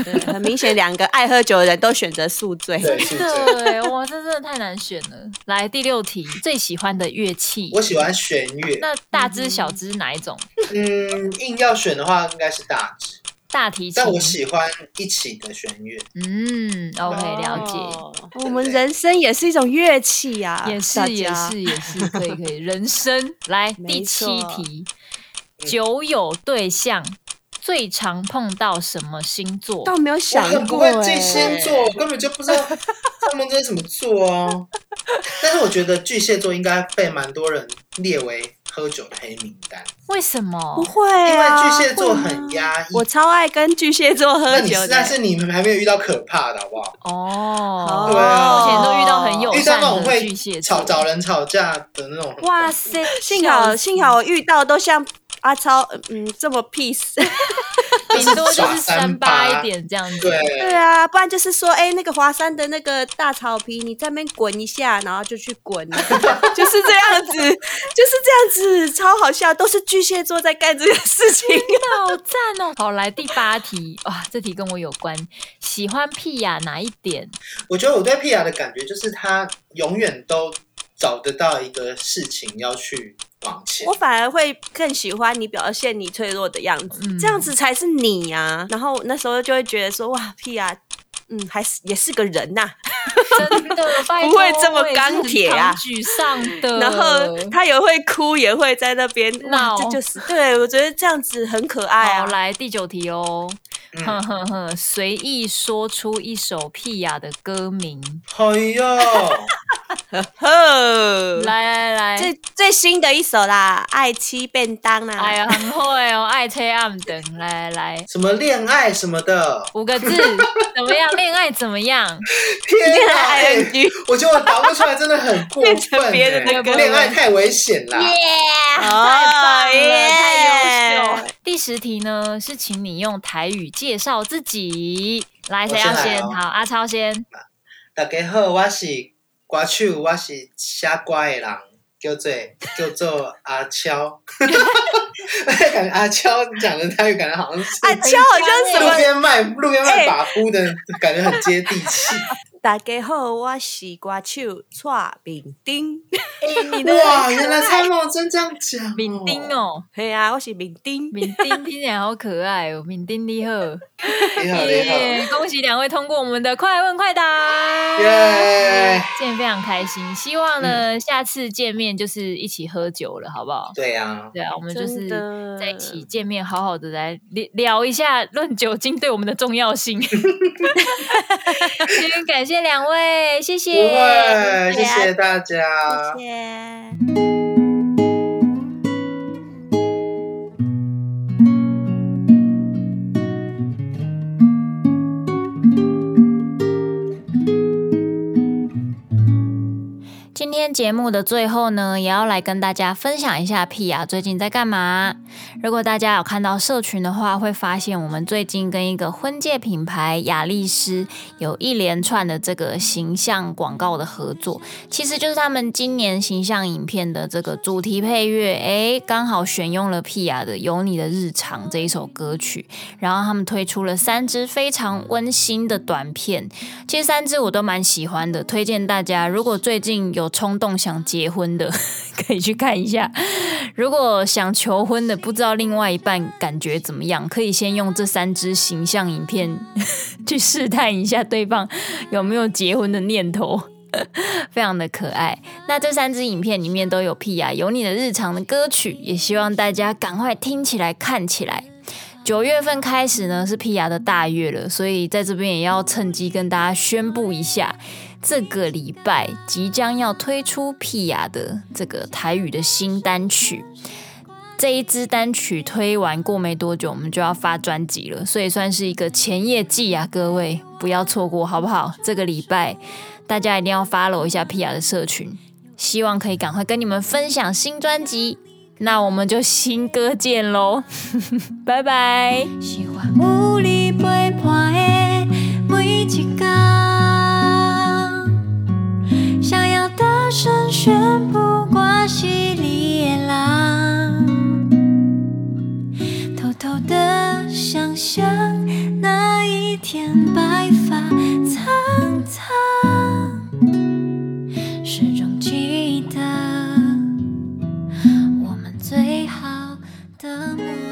Speaker 4: 对很明显，两个爱喝酒的人都选择宿醉。
Speaker 3: 对宿醉。
Speaker 2: 对，欸哇，这真的太难选了。来第六题，最喜嗯欢的乐器，
Speaker 3: 我喜欢弦乐，
Speaker 2: 那大只小只哪一种？
Speaker 3: 嗯，硬要选的话应该是大指，
Speaker 2: 大提琴
Speaker 3: 但。我喜欢一起的弦乐，
Speaker 2: 嗯，OK，了解。
Speaker 4: 哦我们人生也是一种乐器呀、
Speaker 2: 也是
Speaker 4: 啊大家
Speaker 2: 也是也是，可以可以。人生 来第
Speaker 4: 没
Speaker 2: 七
Speaker 4: 错
Speaker 2: 题，酒友对象最常碰到什么星座？
Speaker 4: 倒没有
Speaker 3: 我
Speaker 4: 想
Speaker 3: 很不
Speaker 4: 过、
Speaker 3: 会
Speaker 4: 欸，
Speaker 3: 记星座，我根本就不知道他们这是什么座哦。但是我觉得巨蟹座应该被蛮多人列为喝酒的黑名单，
Speaker 2: 为什么
Speaker 4: 不？会、
Speaker 3: 因为
Speaker 4: 啊，
Speaker 3: 巨蟹座
Speaker 4: 会吗
Speaker 3: 很压抑。
Speaker 4: 我超爱跟巨蟹座喝
Speaker 3: 那你
Speaker 4: 酒
Speaker 3: 是
Speaker 4: 的
Speaker 3: 但，是你们还没有遇到可怕的好不好？
Speaker 2: 哦，
Speaker 3: 对啊
Speaker 2: 目前都遇到很
Speaker 4: 哦
Speaker 2: 友
Speaker 3: 遇到
Speaker 2: 善
Speaker 3: 那种
Speaker 2: 的
Speaker 3: 会
Speaker 2: 巨蟹
Speaker 3: 吵
Speaker 2: 座。
Speaker 3: 找人吵架的那种，
Speaker 2: 哇！塞，
Speaker 4: 幸好
Speaker 2: 笑死
Speaker 4: 幸好我遇到都像阿超嗯这么 peace，
Speaker 2: 顶多就
Speaker 3: 耍
Speaker 2: 是
Speaker 3: 三
Speaker 2: 三八
Speaker 3: 八
Speaker 2: 一点这样子。
Speaker 4: 对
Speaker 3: 对，
Speaker 4: 啊，不然就是说哎、那个华山的那个大草皮，你在那边滚一下，然后就去滚 了，就是这样子，就是这样子，超好笑，都是巨蟹座在干这个事情。
Speaker 2: 好赞哦！好，来第八题，哇，这题跟我有关。喜欢屁雅哪一点？
Speaker 3: 我觉得我对皮亚的感觉就是他永远都找得到一个事情要去往前
Speaker 4: 我。反而会更喜欢你表现你脆弱的样子，
Speaker 2: 嗯
Speaker 4: 这样子才是你呀、然后那时候就会觉得说，哇，屁啊，嗯，还是也是个人呐、
Speaker 2: 真的，拜
Speaker 4: 不会
Speaker 2: 托
Speaker 4: 这么
Speaker 2: 我也是
Speaker 4: 钢铁啊
Speaker 2: 很沮丧的。
Speaker 4: 然后他也会哭，也会在那边
Speaker 2: 呃闹
Speaker 4: 哇，这就是对我觉得这样子很可爱
Speaker 2: 好，
Speaker 4: 啊。
Speaker 2: 来第九题哦，哼
Speaker 3: 嗯
Speaker 2: 哼 哼，随意说出一首屁雅的歌名，
Speaker 3: 哎 呦，
Speaker 4: 呵，
Speaker 2: 来来来，
Speaker 4: 最最新的一首啦，《爱妻便当》啊啦。
Speaker 2: 哎呀，很会哦，爱吹暗等，来来来，
Speaker 3: 什么恋爱什么的，
Speaker 2: 五个字，怎么样？恋爱怎么样？
Speaker 3: 天
Speaker 4: 变
Speaker 3: 哪！
Speaker 4: 成
Speaker 3: 哎
Speaker 4: ing，
Speaker 3: 我觉得我答不出来，真的很过
Speaker 4: 变
Speaker 3: 分、欸。
Speaker 4: 成别的那
Speaker 2: 个
Speaker 3: 恋爱太危险啦。
Speaker 2: 太
Speaker 4: 哦
Speaker 2: 棒了，
Speaker 4: 耶
Speaker 2: 太优秀。第十题呢是请你用台语介绍自己，来，
Speaker 3: 我
Speaker 2: 谁要
Speaker 3: 先来
Speaker 2: 先？
Speaker 3: 哦
Speaker 2: 好，阿超先。
Speaker 3: 大家好，我是歌手，我是写歌的人，叫做叫做阿超。我也感觉阿超讲的台语，感觉好像是
Speaker 4: 阿秋啊哎好像什
Speaker 3: 路
Speaker 4: 么？
Speaker 3: 边卖路边卖把夫的、感觉很接地气。
Speaker 4: 大家好，我是瓜手蔡炳丁。
Speaker 2: 哎，你的
Speaker 3: 哇，原来蔡茂真这样讲、
Speaker 2: 敏丁，哦，
Speaker 4: 嘿啊，我是炳丁。
Speaker 2: 敏丁听起来好可爱哦，敏丁厉害，
Speaker 3: 你好你好，
Speaker 2: 耶恭喜两位通过我们的快问快答，
Speaker 3: 耶！嗯
Speaker 2: 今天非常开心，希望呢下次见面就是一起喝酒了，好不好？
Speaker 3: 对呀、
Speaker 2: 对啊，我们就
Speaker 4: 真
Speaker 2: 是
Speaker 4: 的
Speaker 2: 在一起见面，好好的来聊聊一下论酒精对我们的重要性。先感谢两位，谢
Speaker 3: 不
Speaker 2: 谢，
Speaker 3: 会，谢
Speaker 4: 谢
Speaker 3: 谢大家。
Speaker 4: 谢谢。
Speaker 2: 今天节目的最后呢，也要来跟大家分享一下屁雅最近在干嘛。如果大家有看到社群的话，会发现我们最近跟一个婚介品牌雅丽丝有一连串的这个形象广告的合作，其实就是他们今年形象影片的这个主题配乐，诶，刚好选用了屁雅的《有你的日常》这一首歌曲，然后他们推出了三支非常温馨的短片，其实三支我都蛮喜欢的，推荐大家。如果最近有冲动想结婚的， 可以去看一下；如果想求婚的，不知道另外一半感觉怎么样，可以先用这三支形象影片 去试探一下对方有没有结婚的念头。 非常的可爱。那这三支影片里面都有屁啊，有你的日常的歌曲，也希望大家赶快听起来、看起来。九月份开始呢是 PR 的大月了，所以在这边也要趁机跟大家宣布一下，这个礼拜即将要推出 PR 的这个台语的新单曲。这一支单曲推完过没多久，我们就要发专辑了，所以算是一个前夜祭啊，各位不要错过，好不好？这个礼拜大家一定要 follow 一下 PR 的社群，希望可以赶快跟你们分享新专辑。那我们就新歌见喽！拜拜。
Speaker 5: 是欢有你陪伴的每一天。想要大声宣布我是你的人，偷偷的想象那一天白发苍苍，始终记得我们最好的模样。